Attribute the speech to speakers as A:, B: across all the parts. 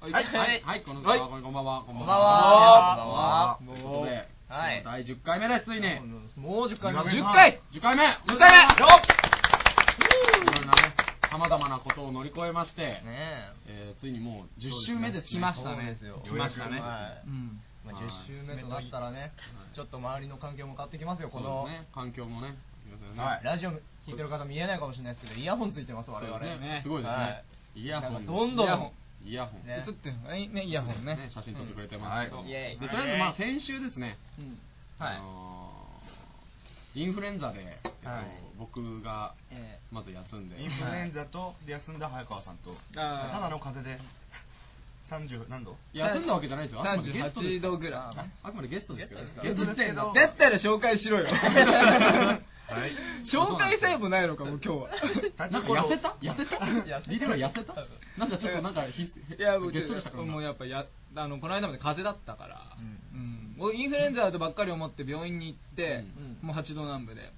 A: はい、
B: は
A: はいい、
B: はい
A: はい、こんばんは、
B: は
A: こんばんは、こんばん
B: は
A: は、こんばんは。ということで、
B: はい
A: 第10回目です、ついに。
B: もう10回目
A: 10回
B: 10回
A: !10 回目 !10 回
B: 10
A: 目
B: 回目よ
A: いろいろなね、さまざまなことを乗り越えまして、
B: っね
A: えーついにもう10週目ですね。
B: 来ました
C: そうで
B: ね
C: すよ
A: 来ましたね
B: はい
C: うん
B: まあ
A: はい
B: 10周目となったらね
A: い
B: ちょっと周りの環境も変わってきますよ
A: そ
B: こ
A: う
B: の
A: ですね、環境もね、ありますよね。
B: はいラジオ聞いてる方見えないかもしれないですけどイヤホンついてます
A: そう
B: 我
A: です
B: 々
A: ね、すごいです
B: は
A: ね。イヤホ
B: なん
A: ン。
B: かどんどん
A: イヤホン。イヤホン。
B: ね
C: 映ってんのねねイヤホンね
A: ね写真撮ってくれてますけど、
B: うんはいイエ
A: でと
B: イ
A: りあえずまあ先週ですね、
C: うん
B: はい
A: あのーインフルエンザで、えっと
D: はい
A: 僕が
C: え
A: まず休んで、
D: インフルエンザとで休んだ早川さんと
C: あー
D: ただの風邪で30何度
A: 休んだわけじゃないですよ、あくまでゲストです
C: 38度ぐらい
A: あくまでゲストですよ、
D: ゲストですけど
C: だったら紹介しろよ
D: はい
C: 紹介さえもないのかもう今日は
A: なんか痩せた痩せた
B: 痩せた
A: リーダーが痩せたなんかちょっとなんかひ
C: いやもう
A: げっそりしたからな
C: もうやっぱやあのこの間まで風邪だったから、
D: う
C: うん僕インフルエンザだとばっかり思って病院に行って、
B: うん
C: もう八度南部で、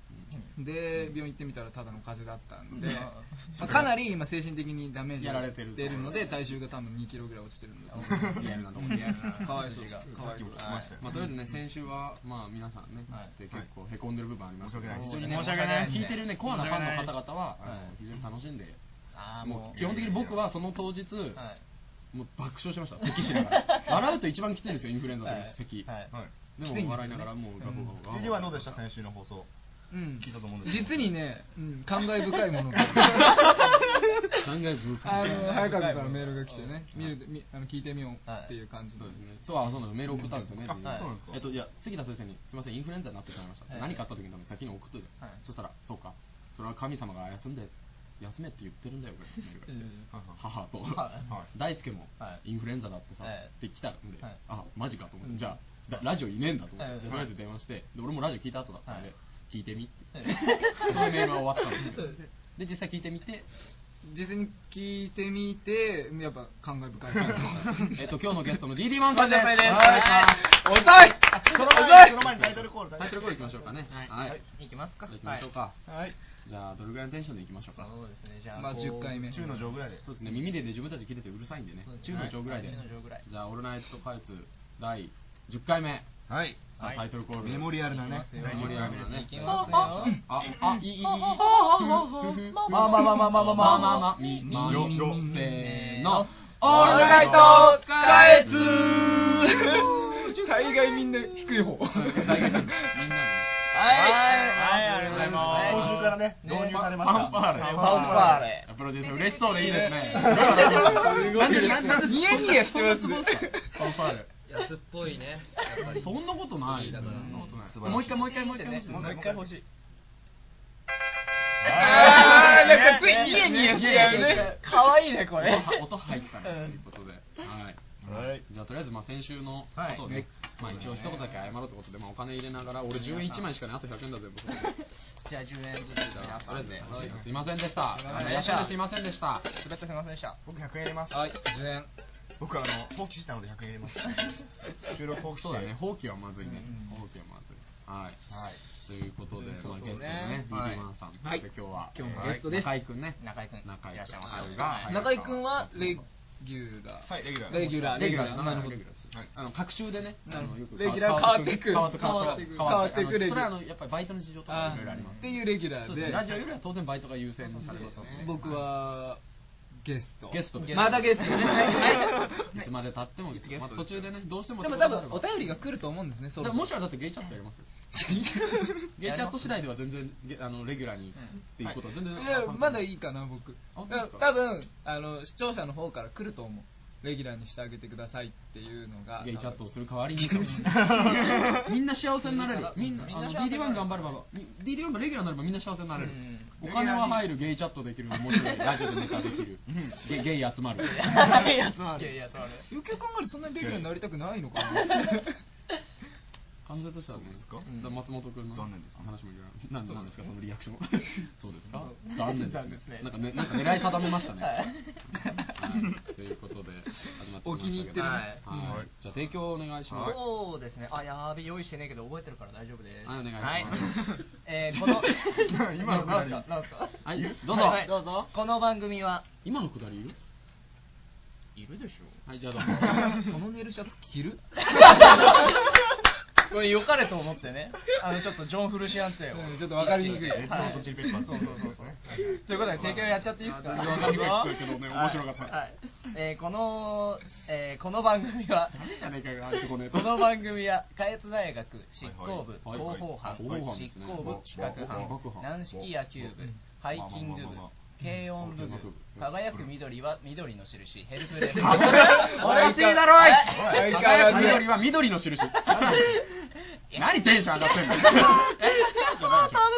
C: で病院行ってみたらただの風邪だったんで、
B: うん
C: まあ、かなり今精神的にダメージ
A: やられてる
C: 出るので体重が多分2キロぐらい落ちてるんだと思う
A: リアルなとこリアル な
C: かわいそう
B: が
C: かわいそう
D: さっきも聞きましたよ
A: まあ、とりあえずね、先週は、まあ、皆さんね、
B: はい
A: で結構へこんでる部分ありましたけど、
D: はい
A: 非常にね
B: 申し訳ないです
A: 聞いてるね、コアなファンの方々は、
D: 申し訳ないです
A: あの非常に楽しんで、
B: あー
A: も
B: も
A: う
B: う
A: 基本的に僕はその当日、
B: はい
A: もう爆笑しました、咳しながら。 笑うと一番きついんですよ、インフルエンザと
B: はい
A: 咳。
B: はい
D: はい
A: でも笑いながら、もうガブガブガブ。
D: リリーはどうでした 先週の放送
C: うん
D: 聞いたと思うんですけど
C: 実にね、うん、感慨深いものが
A: 感慨深い
C: あの早川君からメールが来てね見るみあの聞いてみようっていう感じ
A: そ
C: の、
A: うですね。そう、あ、そうなんです。メール送ったんですよね。
D: あ
A: ってい
D: そうなんですか
A: えっと、いや、杉田先生に、すみません、インフルエンザになってしまいました。
B: はい
A: 何かあった時のために先に送っといて
B: はい。
A: そしたら、そうか。それは神様が休んで、休めって言ってるんだよ、これメールが来て
B: いやいや
A: 母と
B: は
A: 大輔も
B: はい
A: インフルエンザだってさ、
B: はい
A: って来たんで
B: はい、
A: あ、マジかと思っ
B: う
A: て、
B: ん
A: じゃあ、だラジオいねえんだと思
B: は
A: っ
B: い
A: て、とりあえず電話して、で俺もラジオ聞いた後だったん
B: は
A: で
B: い、
A: 聞いてみって
B: はい
A: そのメールは終わったんですけど。で、実際聞いてみて、
C: 実際に聞いてみてやっぱ感慨深い感
A: えっと、今日のゲストの DD1 さんです。
B: お疲れ様です
A: はい
C: 遅い
D: その前にその前にタイトルコール
A: タイトルコールいきましょうかね。はい。
D: はい
B: いきますか
A: 行きましょうか。
D: はい
A: じゃあ、どれぐらいのテンションでいきましょうか。
B: そうですねじゃあ
C: まあ
B: こう
C: 10回目
D: 中の上ぐらいで
A: そうですね、耳でね、自分たち聞いててうるさいんでね
B: そうで、す
A: 中
B: ね
A: の上ぐらいで。
B: はい中の上ぐらい
A: じゃあ、オールナイト開通第10回目。
D: はい
A: さあ、タイトルコール。
D: メモリアルなね
A: メモリアルなね
B: い。きますよ
A: あ、あ、いい、いい、いい。
D: まあまあまあまあまあまあ
A: まあま
D: ま
A: あ
D: あ
A: ま
D: ま
A: あ
D: あ
A: み
D: み
A: ま
D: よよ
A: せーの。
C: オールナイト
A: 開
C: 開通大概みんな低い方
A: みんなで。
B: は
D: は
B: い
D: い
B: はいありがとうございます
D: 今週からね導入されました
A: ファンファーレ。
D: ファンフ
B: ファンファーレ
A: プロデューサー嬉しそうでいいで すね。
C: なんでなんでニヤニヤしてますね
A: ファンファーレ。
B: 安っぽいねやっぱり
A: そんなことない。そんなことない
D: 素晴らしい
A: もう一回もう一回もう一回
B: もう一回欲しい
C: あーなんかついニヤニヤしちゃうね
B: 可愛いねこれ
A: 音音入ったねということで。はい。
D: はい
A: じゃあとりあえずまあ先週の
B: はい
A: ことをね、まあ一応一言だけ謝ろうってことで、まあお金入れながら、俺11枚しかね、あと100円だぜ、僕。
B: じゃあ10円ずつ
A: じゃあ
B: 皆
A: とりあ
B: さん
A: えずね
B: で、
A: すいませんでした。
B: すいませんでした
A: 安いすいませんでした。
B: 滑ってすみませんでした
D: 僕100円入れます
C: はい10円
D: 僕あの放棄したので100円入れ ます収録放棄して
A: そうだね、放棄はまずいね
B: うん。
A: 放棄はまずい。はい。
D: はい
A: ということで、まあ、ゲストのね
C: ね、
A: ビビマンさん、
C: はい
A: そして今日は、
C: 今日の
A: はい
C: ゲストです
A: 中井くんね、
B: 中井くん
A: 中井
B: いらっしゃいませ
A: が、
B: はい
C: 中井君はレギュラー
D: はいレギュラー
C: レギュラー
A: レギュラー、
C: なる
A: 中
C: ほ
A: 井の
C: ど
A: レギュラーです。あの、各週でね、あのよく
C: レギュラー変わってく
A: 変わってく、変わってく、
C: 変わってく
A: あ
C: レ
A: の
C: ギュラー
A: それはあの、やっぱりバイトの事情とか
C: あ
A: いろいろありま
C: っ
A: す。
C: ていうレギュラー
A: そうです
C: で
A: ねラジオよりは当然バイトが優先されると
C: 僕はゲスト
A: ゲストで
C: まだゲストねはいはい
A: つまで経っても、まあ、途中でね、どうしても。
C: いでも多分お便りが来ると思うんですねそ
A: だ
C: ろ
A: から
C: そろ
A: もしはだってゲイチャットやり ますよ。ゲイチャット次第では全然、ゲあの、レギュラーにっていうことは全然。
C: いやまだいいかな僕
A: あ本当ですか
C: 多分あの視聴者の方から来ると思うレギュラーにしてあげてくださいっていうのが
A: ゲイチャット
C: 多
A: を
C: 分
A: する代わり にみんな幸せになれるみんな
B: みん
A: あ
B: な
A: の
B: 幸せになれる
A: DD1 頑張ればみ DD1 がレギュラーになればみんな幸せになれる
D: うん
A: お金は入るゲイチャットできる面白いラジオでネタできるゲ ゲイ集まる
B: いやつまるいやつまる
C: よくよく考えるとそんなにレギュラーになりたくないのかな
A: 完全としてはどうですかだ松本君の
D: 残念ですね
A: 話もいろいろなんなんですかそのリアクショ ンそうですか残念
B: 残念
A: で
B: ですす
A: ね
B: ね
A: なんかねなんか狙い定めましたね
B: はい
A: はいということで始まってきましたけど
C: お気に入ってるね
A: は
D: はいい
A: じゃあ提供お願いします
B: そうですねあやべ用意してねえけど覚えてるから大丈夫です
A: はいお願いします
B: はいえーこの
D: 今のくだ
B: 何
D: り
B: すか何すか
A: はいどうぞ
B: はいどうぞこの番組は
A: 今のくだりいる
B: いるでし
A: はい、じゃあどう も。
C: そのネルシャツ着る
B: ょこれ良かれと思ってねあのちょっとジョン・フルシアンテを
C: うんちょっと分かりにくい
B: はい
C: レッ
D: ドホットチリペッパーズ
B: そうそうそうそうということで提供やっちゃっていいですか
A: あ分かりにくい聞こえるけどね面白かった
B: はいはいえーこのえーこの番組は
A: じゃねえかよあいつこのやつ
B: この番組は開越大学執行部
A: はいはい
B: 広報班
A: はいはい
B: 執行部企画班
A: 広報班
B: 軟式野球部ハイキング部軽音部部輝く緑は緑の印ヘル プ
A: お
B: レ
A: いしいだろい
C: おい
A: 輝く緑は緑の印 何テンション上がってんの
B: 楽しい楽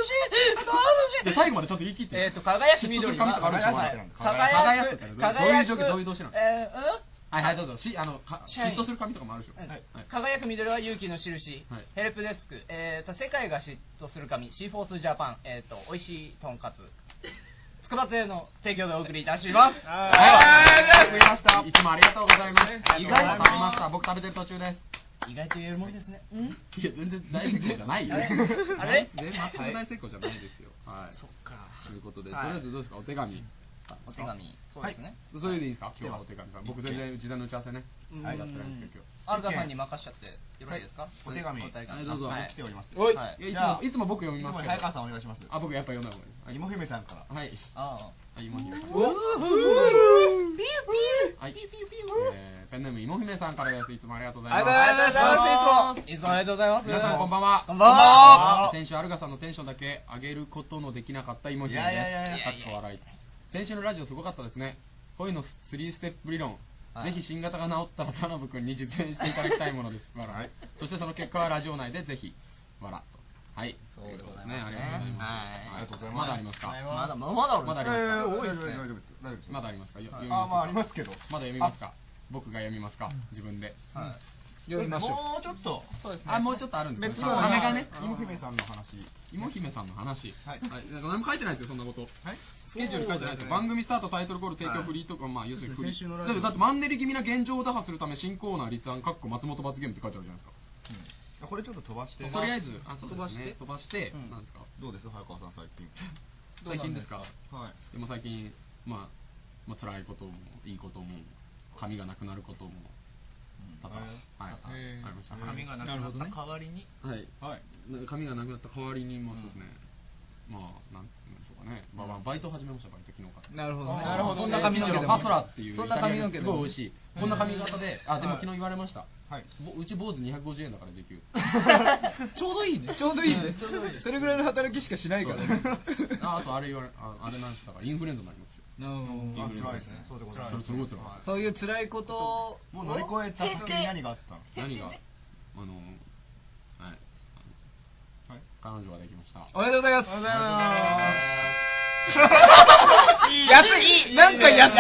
B: しい
A: で最後までちょっと言い切 って
B: えー、と輝く緑は
A: はい
B: 輝く
A: 輝くどういう状況どういう動詞なの
B: えーうん
A: はいはいどうぞしあのか
B: 社員
A: 嫉妬する髪とかもあるでしょ
B: うん
A: はいはい
B: 輝く緑は勇気の印、
A: はい
B: ヘルプデスク、えーと世界が嫉妬する神シーフォースジャパン、えー、と美味しいとんかつ筑波亭の提供でお送りいたします
C: はい
A: はいじゃあ食いましたいつもありがとうございます
C: り
A: 意
C: がとうござ
A: 外
C: います
A: と食べました僕食べてる途中です
B: 意外と言えるもんですねうん
A: いや、全然大成功じゃないよ。
B: あれあれ
A: 全然全く大成功じゃないですよ。はい。
B: そっか
A: ということで、と
B: はい
A: りあえずどうですか、お手紙。
B: お手紙そうですね、
A: はい。それでいいですか、今日はお手紙。僕全然時代の打ち合わせね。
B: うん
A: はい、やってないんですけど、
B: アルダさんに任しちゃってよろしいですか、
D: お手紙
B: お手
A: はいどうぞ
B: はい
D: 来ております
A: 今日。
B: はい
A: い
D: じゃ
A: や
D: あ
A: いつも、いつも僕読みます
D: いつ
A: けど。
D: も早川さんお願いします
A: あ、僕やっぱ読んだ方がいい。はい
D: 芋姫さんから
A: はい。
B: あ
A: はい、芋姫さん。
B: うわ
A: ピュピュはい。えーペンネーム芋姫さんからです。いつもありがとうございます。
C: ありがとうございます
B: いつもありがとうございます
A: 皆さんこんばんは。
B: こんばんは
A: 先週アルガさんのテンションだけ上げることのできなかった芋姫
D: い
A: です。
D: やいやいやいや
A: かっこ笑い。先週のラジオすごかったですね。恋の3ステップ理論。
B: はい
A: ぜひ新型が治ったら田辺君に実演していただきたいものです。笑
D: はい
A: そしてその結果はラジオ内でぜひ笑と。はい。
B: そう
A: とい
B: で
A: うこ
B: ご
A: と
B: ざ
A: で
B: い
A: ね。あ
B: ま
A: りが
B: すね
A: とうございます。
D: はいありがとうございます
A: まだありますか。
B: まだまだ
A: まだあり
B: ま
A: ますか
B: だ多いです
D: 大
B: ね
D: 丈夫です大丈夫です
A: まだありますか。よ
D: あ
A: 読みますか
D: まあありますけど
A: まだ読みますか。僕が読みますか。自分で。
B: はい
C: 読みましょう
D: もうちょっと
C: そうですね
A: あ、もうちょっとあるんです
D: 別
A: ね。
D: の
A: サメがね。
D: 芋姫さんの話
A: 芋姫さんの話、
D: はい
A: なんか何も書いてないですよ、そんなこと、
D: はい
A: スケジュール書いてないですよ、番組スタート、タイトルコール、提供フリーとか、まあ、要するにフリー、
D: そうですね先週のラ
A: だ
D: ジオ
A: ってだってマンネリ気味な現状を打破するため、新コーナー立案、かっこ松本罰ゲームって書いてあるじゃないです
D: これちょっと飛ばして
A: か、とりあえず、あそうですね、
C: 飛
A: 飛ばして、
B: うん
A: なんですか、
D: どうです早川さん最近
C: どう
A: 最
C: なん
A: 近
C: で
A: ですす
C: か
A: か、
D: はい
A: でも最近、まあ、まあ辛いことも、いいことも、髪がなくなることも、多々、
D: うん
A: はい、
D: 多々
A: ありました、
D: うん
B: 髪がなく
C: なる
B: な
C: ほ
B: っ
C: どね
B: た代わりに
A: はい、
D: はい
A: な髪がなくなった代わりに、まあそうですね、まあ、なんなんでしょうかね、まあまあ、バイト始めました、バイト、昨日から。
C: なるほどね
D: あー
C: なるほど
A: そんな髪の毛でも
C: パ
A: パ
C: ス
A: ソラっていう
C: そんな髪の毛
A: イタリアン
C: で
A: です
C: も
A: ごい美味しいこんな髪型であでも
C: はい
A: 昨日言われました
D: はい
A: ぼうち坊主250円だから時給
C: ちょうどいいねちょうどいいねそれぐらいの働きしかしないから ね
A: ああとあれ言われああれなんですだからインフルエンザになりますよ
D: あ
A: うん
D: 辛いですねそうでございます
A: それすごい辛い
C: そういう辛いことを
D: もう乗り越えた先に何があったの
A: 何があのーはい
D: はい
A: 彼女ができました
C: おめでとうございます
B: 安いなんか安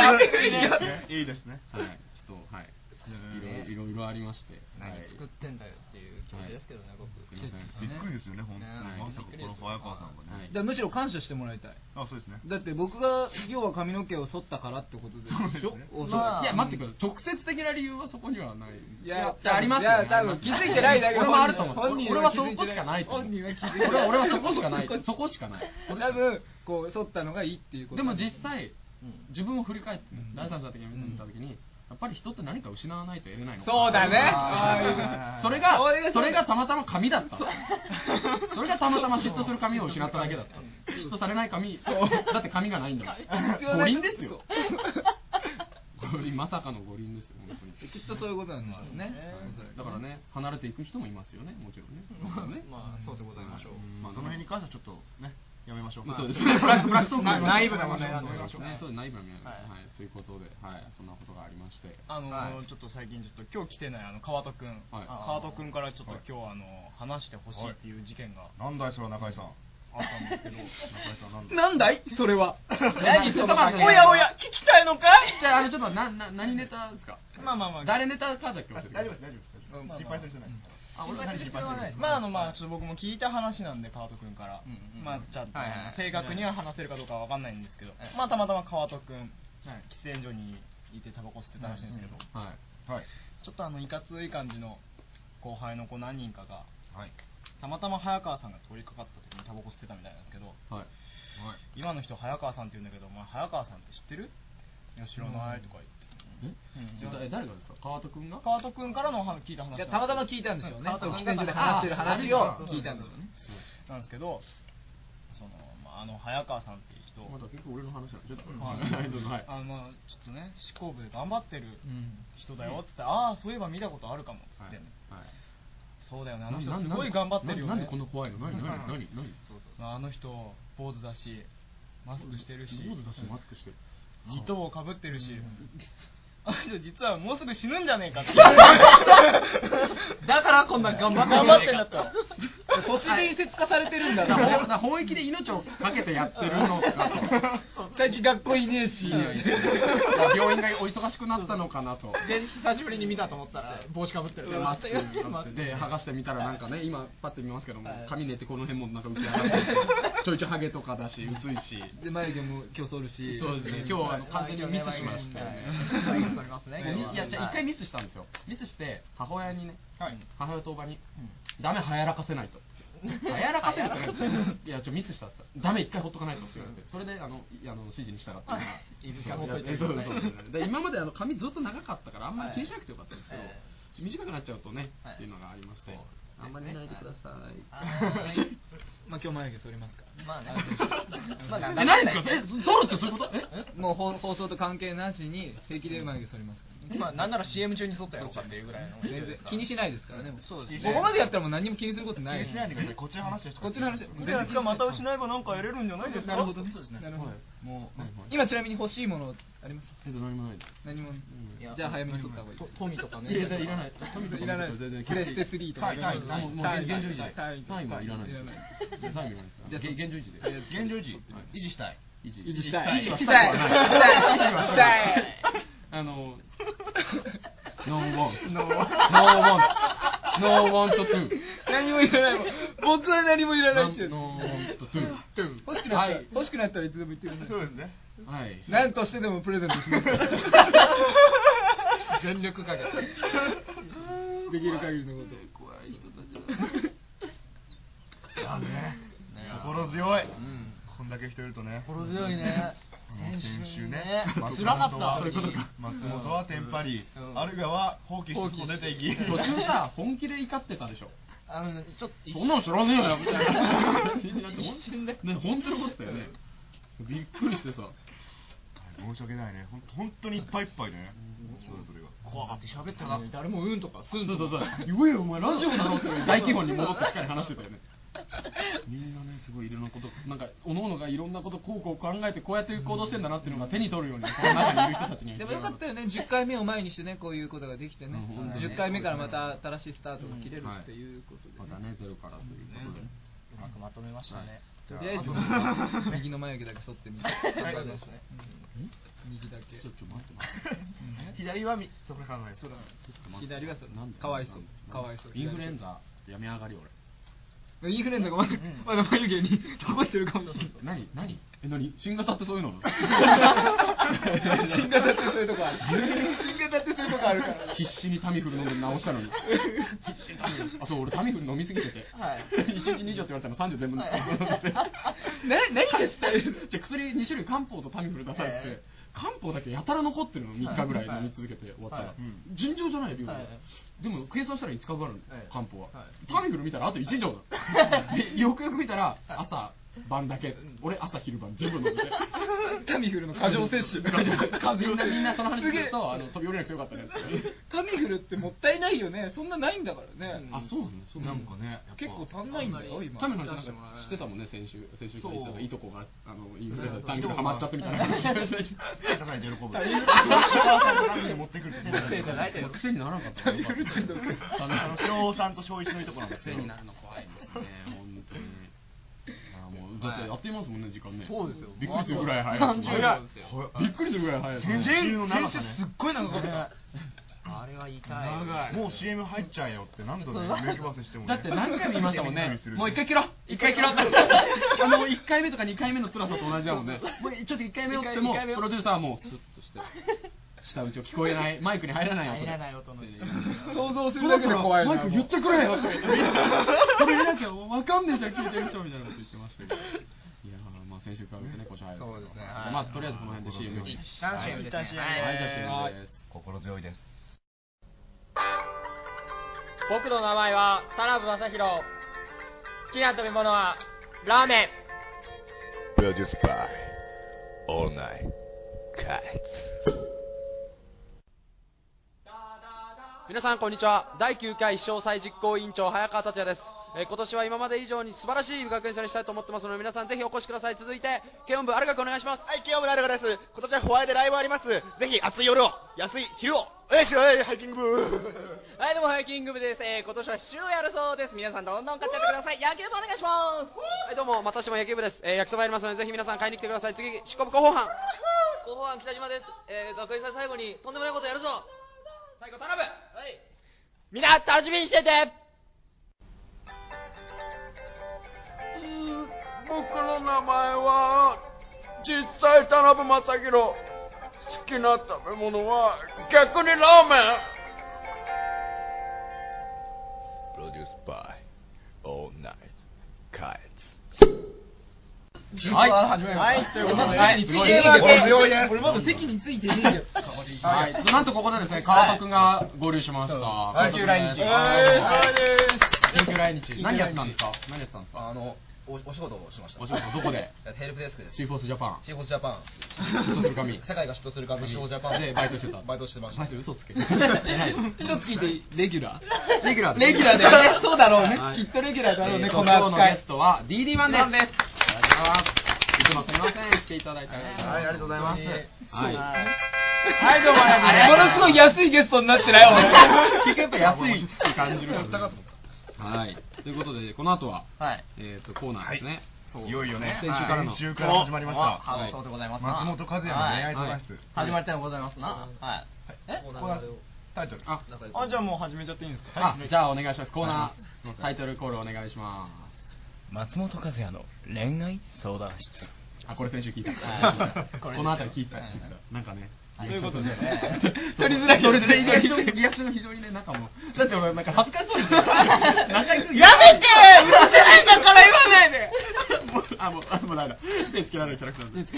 B: い
D: いいですね
A: はいちょっとはい
D: ね
A: いろいろいろいろありまして
B: 何
A: はい
B: 作ってんだよっていう気持ちですけどね、僕
A: すいません
D: びっくりですよね本当
B: ね
D: にまさかこの早川さんが
A: は
D: ね
C: だ
A: い
C: からむしろ感謝してもらいたい
D: あそうですね
C: だって僕が要は髪の毛を剃ったからってことでしょ
D: そうですね
C: おそらく
B: まあ
A: いや待ってください直接的な理由はそこにはない
C: いや
A: いやありますよ
C: いや多分気づいてないだけ
A: 俺もあると思う
C: 本人
A: 俺はそこしかないと思う
C: 本人は気づいてない
A: 俺は俺はそこしかないそこしかないそれしか
C: 多
A: ない
C: 分こう剃ったのがいいっていうこと
A: でも実際
B: うん
A: 自分を振り返ってね、
C: うん
A: 第三者的な目線で見た時に、やっぱり人って何か失わないと得れないのかな
C: そうだね
A: あーそれが
C: そういう
A: それがたまたま髪だったそれがたまたま嫉妬する髪を失っただけだった嫉妬されない髪だって髪がないんだもん五輪です よ五輪まさかの五輪ですよ本当に
C: きっとそういうことなんでしょうね
A: はい
C: おそらく
A: だからね離れていく人もいますよねもちろんね
B: まあ
A: ね
B: まあそうでございましょう
D: まあその辺に関してはちょっとねやめましょう
A: まあそうですね、ブラックブラックトーク
C: な内部な問
A: も
C: 題なん
A: で
C: で
A: ね
C: ね。
A: そうです内部な問題、
B: はい
A: はい、ということで、はい、そんなことがありまして、
E: あのー
B: はい
E: ちょっと最近ちょっと今日来てないあの川戸くん、
A: はい
E: 川戸くんからちょっと
D: はい
E: 今日あの話してほしいっていう事件が
D: なんだいそれは中井さんあったんですけど中井さんなんだい
C: なんだいそれは
A: 何その番組
E: おやおや聞きたいのかい
A: じゃあ、あの、ちょっと、な、な、何ネタですか。
E: まあまあまあ
A: 誰ネタかだけ教え
D: 大
A: てください
D: 丈夫です大丈夫です心配する必要ないです
B: あ俺は心配する必要はないです
E: まああのまあちょっと僕も聞いた話なんで川戸くんから、
B: うんうん
E: まあちゃんと
B: はいはいはい
E: 正確には話せるかどうかはわかんないんですけど、
B: はい
E: まあたまたま川戸くん、喫煙所にいてタバコ吸ってたらしいんですけど、
A: はい。
D: はい
E: ちょっとあのいかつい感じの後輩の子何人かが
D: はい
E: たまたま早川さんが通りかかった時にタバコ吸ってたみたいなんですけど、
A: はい。
D: はい
E: 今の人早川さんって言うんだけどお前早川さんって知ってる吉郎のあれとか言って、
A: え誰がですか川戸くんが
E: 川戸君からの話聞いた話なん
C: い
E: で
C: や
E: す
C: たまたま聞いたんですよね
E: 川戸
C: 喫
E: 君
C: 煙所で
E: が
C: 話してる話を聞いたんですよね
E: なんですけどその、まあ、あの早川さんっていう人、
A: まだ結構俺の話なんでちょっと
E: はい
A: はいどうぞはい
E: あのまあちょっとね執行部で頑張ってる
C: うん
E: 人だよっつって、ああそういえば見たことあるかもっつっ
A: は
E: て、
A: いはい
E: そうだよねあの
A: な
E: 人
A: な
E: すごい頑張ってるよね
A: ななんでこんな怖いの何何何何
E: あの人坊主だしマスクしてるし
A: 坊主だしマスクしてる
E: ニット帽かぶってるし、あの人実はもうすぐ死ぬんじゃねえかって
B: だからこんな頑張って
C: 頑張ってんだ
B: と
C: と都市伝説化されてるんだ
A: だからだか
C: な
A: ら本意気で命をかけてやってるのかと
C: 最近学校いねえし
A: 病院がお忙しくなったのかなと
B: で久しぶりに見たと思ったら帽子かぶってる
A: でマスク
B: う
A: かぶってで剥がしてみたらなんかね今パッて見ますけども
B: はい
A: 髪寝てこの辺もなんか浮き上がってちょいちょいハゲとかだし薄いし
C: で眉毛も競争るし
A: そう ですね今日はあの完全にミスしましたよね
B: はいミスありますね
A: いやいやじゃあ一回
B: 見
A: ミスしたんですよミスして母親にね
E: はい
A: 母親とおばに「ダメはやらかせ ないと」はやらかせるって言われていやちょっとミスしたってダメ一回ほっとかないと」って言われてそれであのいあの指示に従って今
B: いいですか
A: そう
B: ほっといて
A: そうそうそうで今まであの髪ずっと長かったからあんまり気にしなくてよかったんですけど、
B: はいえ
A: 短くなっちゃうとね、
B: はい
A: っていうのがありまして、
B: そう
A: あんまり寝ないでください、
C: まあ今日眉毛剃りますからね
B: まあね
A: ま
B: ま
A: あ
B: あ
A: な
B: なんん
A: か
B: か
A: え何ですかえソロってそういうことえ
C: もう放放送と関係なしに平気で眉毛剃りますからね
B: まあなんなら CM 中に剃ったやろうかっていうぐらいの
C: 全然気にしないですからねもう
E: そうですね
C: ここまでやったらもう何も気にすることない
D: 気にしないでくださいこっちの話ですから
C: こっちの話
E: で
C: 全然
E: がまた失えばなんか得れるんじゃないですか
C: なるほどね
E: そうですね
C: なるほど
A: もう、
C: 今ちなみに欲しいものあります
A: えっと何もないです
C: 何も
B: いや
C: じゃあ早めに剃った方がいいです
B: トミとかね
A: いやいやいらな
C: い
A: い
C: らない
A: 全然
C: プレステ3とか
A: タイタイ
C: タイ
A: もうもう
C: タイ
A: 現状維持で
C: タイ
A: タイムはいらないです
C: いら
A: タイムはいらないです
C: じゃあ
A: げ現状維持で
D: いや現状維持維持したい
A: 維持
C: 維持したい
A: 維持はしたい
C: したい
A: はない
C: したい
A: 維持はしたいあのノーワンノーワンノーワンとトゥ
C: 何もいらないもん僕は何もいらないっていうの
A: ノーワンとトゥ
C: 欲しくなったら
A: はい
C: 欲しくなったらいつでも言ってくださ
D: そうですね
A: はい
C: い何としてでもプレゼント しますから
B: 全力かけて
C: できる限りのこと
A: 怖い人たちだ
D: いやね
B: ね
D: 心強いこんだけ人いるとね
B: 心強いね
D: もう先週ね
B: 先週ね
D: 松
B: 辛かった
D: 本は
A: そういうことか
D: 松本はテンパり
B: うん
D: あるいは放棄して外出ていき
A: 途中さ本気で怒ってたでしょ
B: あのちょっと一
A: そんなの知らねえ よみたいな一瞬でね本当に怒ってたよね びっくりしてさ
D: 申し訳ないねほん本当にいっぱいいっぱいねそうだそれが
B: 怖がって喋ったな誰もうんとかす
A: そうんそう
B: と
A: そう
B: か
A: 言えよお前ラジオだろって大基本に戻ってしっかり話してたよねみんなねすごいいろんなことなんか各々がいろんなことこうこう考えてこうやって行動してんだなっていうのが手に取るようにこの中にいる人たちには
C: でもよかったよね、10回目を前にしてね、こういうことができてね
A: うん本、当に
C: 10回目からまた新しいスタートが切れるっていうこと
A: ま
C: で
A: た
C: ね、
A: ねゼロからということで、
B: うまくまとめましたね
C: とりあえず右の眉毛だけ剃ってみて、
B: はい
C: うん
B: ですね
C: 右だけ、
A: ちょっと待って待って
D: 左はみそこ考え
C: そら
A: ちょっと待って
C: 左はそ
A: なんで
C: かわいそ
A: なんで
C: う、かわいそう、
A: インフルエンザやめ上がり俺
C: 左インフルエンザがまだまだ眉毛に 残ってるかもしれない。
A: 何何え何新型ってそういうの
C: 新型ってそういうとこある。新型ってそういうとこあるから。
A: 必死にタミフル飲んで直したのに必死にタミフルあそう俺タミフル飲みすぎてて、
B: はい
A: 一1日2錠って言われたの30全部飲んで、
C: な何がしたい
A: じゃあ薬2種類漢方とタミフル出されて、
B: え
A: 漢方だけやたら残ってるの3日ぐらい飲み続けて終わったら、
B: はい
A: うん尋常じゃない量で、
B: はい
A: でも計算したら5日分あるの、
B: ええ
A: 漢方は、
B: は
A: タミフル見たらあと1錠 だ、でよくよく見たら朝晩だけ俺朝昼晩全部飲んでて
C: タミフルの過剰摂取。
A: みんなみんなその話す
C: すげ
A: る
C: え
A: とあの飛び降りなくてよかったねって
C: タミフルってもったいないよね。そんなないんだからね。
A: あ そうなのそうな
D: な
A: の
D: んかね
C: 結構足んないんだよ今
A: タミフルの話なんかしてたもんね先週先週とか言ってた
D: そ
A: ら
D: う
A: いとこがあのインフルエンザでタミフルハマっちゃってみたいな 話
D: 高さに喜ぶお母
C: イフル
D: さんとラーメン持ってくるって
B: 癖がないとよ
A: 癖にならなかったタミフル中毒
D: あの小王さんと小一のいとこなんです
A: 癖
D: よ
A: になるの怖いですね本当にあもうだってやっていますもんね時間ね
B: そうですよ
A: びっくりするぐらい早い
B: 30秒ですよ
A: びっくりするぐらい早いですね
D: 先週の長さ
C: 先週
D: ね
C: すっごい長かった。
B: あれは痛い
D: もう CM 入っちゃえよって何度ね目配せしてもね
A: だって何回も言いましたもん
D: びっ
A: ね
D: く りする
A: もう一回切ろ一回切ろって あの一回目とか二回目の辛さと同じだもんねもうちょ っと一回目をってもプロデューサーはもうスッとして下打ちを聞こえないマイクに入らない音
B: 入
A: で
B: らない音の
C: 想像するだけで怖いな。
A: マイク言ってくれよってそれ見なきゃ分かんねえじゃん聞いてる人みたいなこと言ってましたけどいやーまあ先週からねこっち早いですけど
C: そうですね
A: まあとりあえずこの辺で CM に
B: 何 CM ですね
A: はいじゃあ CM です
D: 心強いです
F: 僕の名前は田辺正宏好きな食べ物はラーメン
G: produced by All Night Kites.
H: 皆さんこんにちは第9回詳細実行委員長早川達也です、えー今年は今まで以上に素晴らしい学園祭にしたいと思ってますので皆さんぜひお越しください続いて軽音部あるがくお願いします
I: はい、清村アルガです。今年はホワイトライブあります。ぜひ熱い夜を、安い昼を、お願いします。はいハイキング部。
F: はいどうもハイキング部です、えー今年は週をやるそうです皆さんどんどん買っちゃってください野球部お願いします
H: はいどうもまたしても野球部です、えー焼きそばやりますのでぜひ皆さん買いに来てください次執行部広報班
F: 広報案北島です、えー、学園祭最後にとんでもないことやるぞ最後田辺はいみんな楽しみにしてて
H: 僕の名前は実際田辺正宏好きな食べ物は逆にラーメン
G: Produced by All Night Kites.
A: はい
B: 始めはい、ということで、はい、
A: すごい
C: 俺まだ席についてねえよ
A: はい、なんとここでですね、川戸くんが合流しました。
B: い緊急来日
A: はい
C: です
A: 緊急来日。何やってたんですか。何やってたんですか。
I: あの、おお仕事をしました。
A: お仕事どこで。
I: ヘルプデスクです。
A: シーフォースジャパン。
I: シーフォースジャパン。
A: 嫉妬する髪。
I: 世界が嫉妬するから、シーフォースジャパン
A: でバイトしてた。
I: バイトしてまし
A: バ
I: た
A: イ。ト嘘つけ。してないです
C: 一つ聞いてレギュラ
A: レギュラー
C: ー
A: で
C: レ
A: す
C: ギュラーだよねそうだろう
A: は
C: ね
A: い
C: きっとレギュラーだろう
A: え
C: ね
A: ー
C: ことの
A: 今日の
C: 扱
A: ゲ
C: い
A: ストは DD1 です。
B: なんです
A: いつもすみません。来ていただいてありがとうございます。
I: がとうございます。
A: はい。
C: はいどうもありがとうございますものすごい安いゲストになってない
A: 聞くと安いって感じるからね。はい。ということで、この後は、
B: はい
A: えっと、コーナーですね。
D: いよいよね
A: 先週からの
D: 先週から始まりました
B: はいそうでございますな
D: 松本和也の恋愛相談室
B: 始まりたいでございますなはいえ
D: ここはタイトル
A: あ、
E: あじゃあもう始めちゃっていいんです
A: あ
E: か
A: じゃあお願いします。コーナーのタイトルコールお願いします。
E: 松本和也の恋愛相談室
A: あ、これ先週聞いた。
B: はい
A: この辺り聞いた
B: はい。
A: なんかね。
E: ということで
A: 取りづらい。それでリアクションリアクションが非常にね、なんかもう、だって俺なんか恥ずかしそうですよ。中居君やめてうらせないんだから言わないで あ、もう、あもうダメだ。手つけられるキャラクターなんで。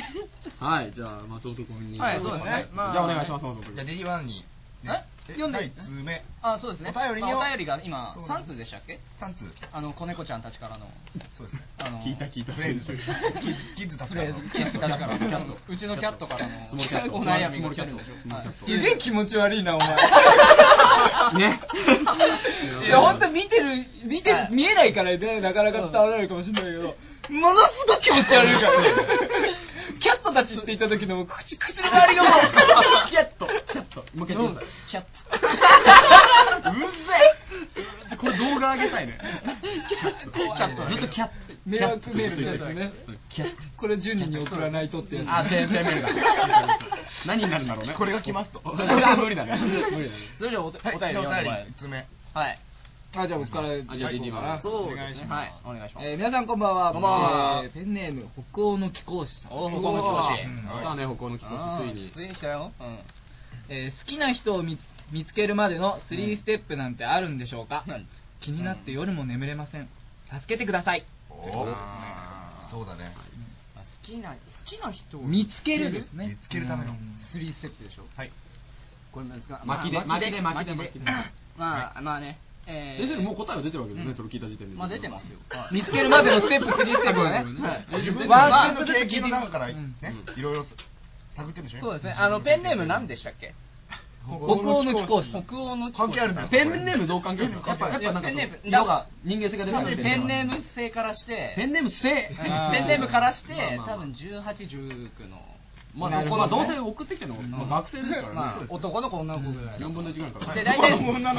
A: はい、じゃあ、松本君に。
B: はいそうですね
A: じ
B: まあ
A: ゃあお願いします、松本君。
I: じゃあ、デリワンに。
B: え読んでいい
D: 1通目
B: あそうですね
D: お便りに
B: まあお便りが今
D: そうです
B: 3通でしたっけ
D: 3通
B: あの子猫ちゃんたちからの
D: そうですね
B: あの
A: 聞いた聞いた。
D: フレーズキッズキッズたちからの
B: フレーズ
A: 確かに
B: うちのキャットからの
A: スモールキャット
B: お悩みが来てるんでしょ
A: スモールキャット
C: すげえ気持ち悪いなお前
A: ね。
C: いや本当見てる見てる
B: はい
C: 見えないからねなかなか伝わらないかもしれないけどものすごく気持ち悪いからねキャットたちって言った時の口口の周りがもうキャット
A: キャット、もう一回言ってください。キャット。うぜえ。これ動画上げたいね。キャット。ずっとキャット。
C: 迷惑メールみたいなやつね
A: キャット。
C: これ10人に送らないとってやつ
A: あ、チェーンチェーンメールだ。 何になるんだろうね。これが来ますと。無理だね。無理だね。
B: それじゃあおお便り
D: お
B: 読んでもらえ
D: 1通目
B: はい
C: あじゃあ僕から
A: あじゃあリニバー
C: そう
B: お願いしますはいお願いします
C: えー皆さんこんばんは
B: こんばんは
C: えーペンネーム北欧の貴公子さん
B: おーここの気持ちいい
D: うん
A: さあね、歩行の気持
B: あ
A: ち
B: ー
A: ついに。
B: ついに来たようん
C: えー好きな人を見つ見つけるまでの3ステップなんてあるんでしょうか、
B: うん
C: 気になって夜も眠れません助けてください
D: お
A: そうですね
D: ーそうだね
B: 好きな好きな人を
C: 見つけるですね
D: 見つけるための
B: スリーステップでしょ
D: はい
B: これなんですか
A: 巻きで
B: まあ巻
A: 巻き
B: きで
A: で
B: 巻きで
A: 巻き
B: まあまあねえー
A: え、それもう答えは出てるわけです
B: う
A: ね、
B: ん
A: それ聞いた時点で。
B: まあ出てますよはい
C: 見つけるまでのステップ3ステップね
D: 自分
C: ワン
D: の経験の中からね
C: うん
D: いろいろ探ってるでしょ
B: そうですねあのペンネーム何でしたっけ
C: 北欧の貴公子
B: 北欧の
D: 関係あるな
A: ペンネームどう関係あるの
D: やっぱ
A: やっぱなんか
B: ペンネーム
A: 色が人間性が出た
B: 多
A: り
B: 分
A: して
B: ペンネー
A: ム
B: ム性からして
A: ペンネームせい
C: あー
B: ペンネームからして
A: まあまあまあ
B: 多分1819の
A: まあ、
C: なる
A: こ
C: ほ
A: まあ、
C: ど
A: ど
C: ね
A: うせ送ってきてるの、まあ、学生ですからね、
B: まあ男の子女の子ぐらい
A: 4分の1ぐらいから、
B: で
A: まあ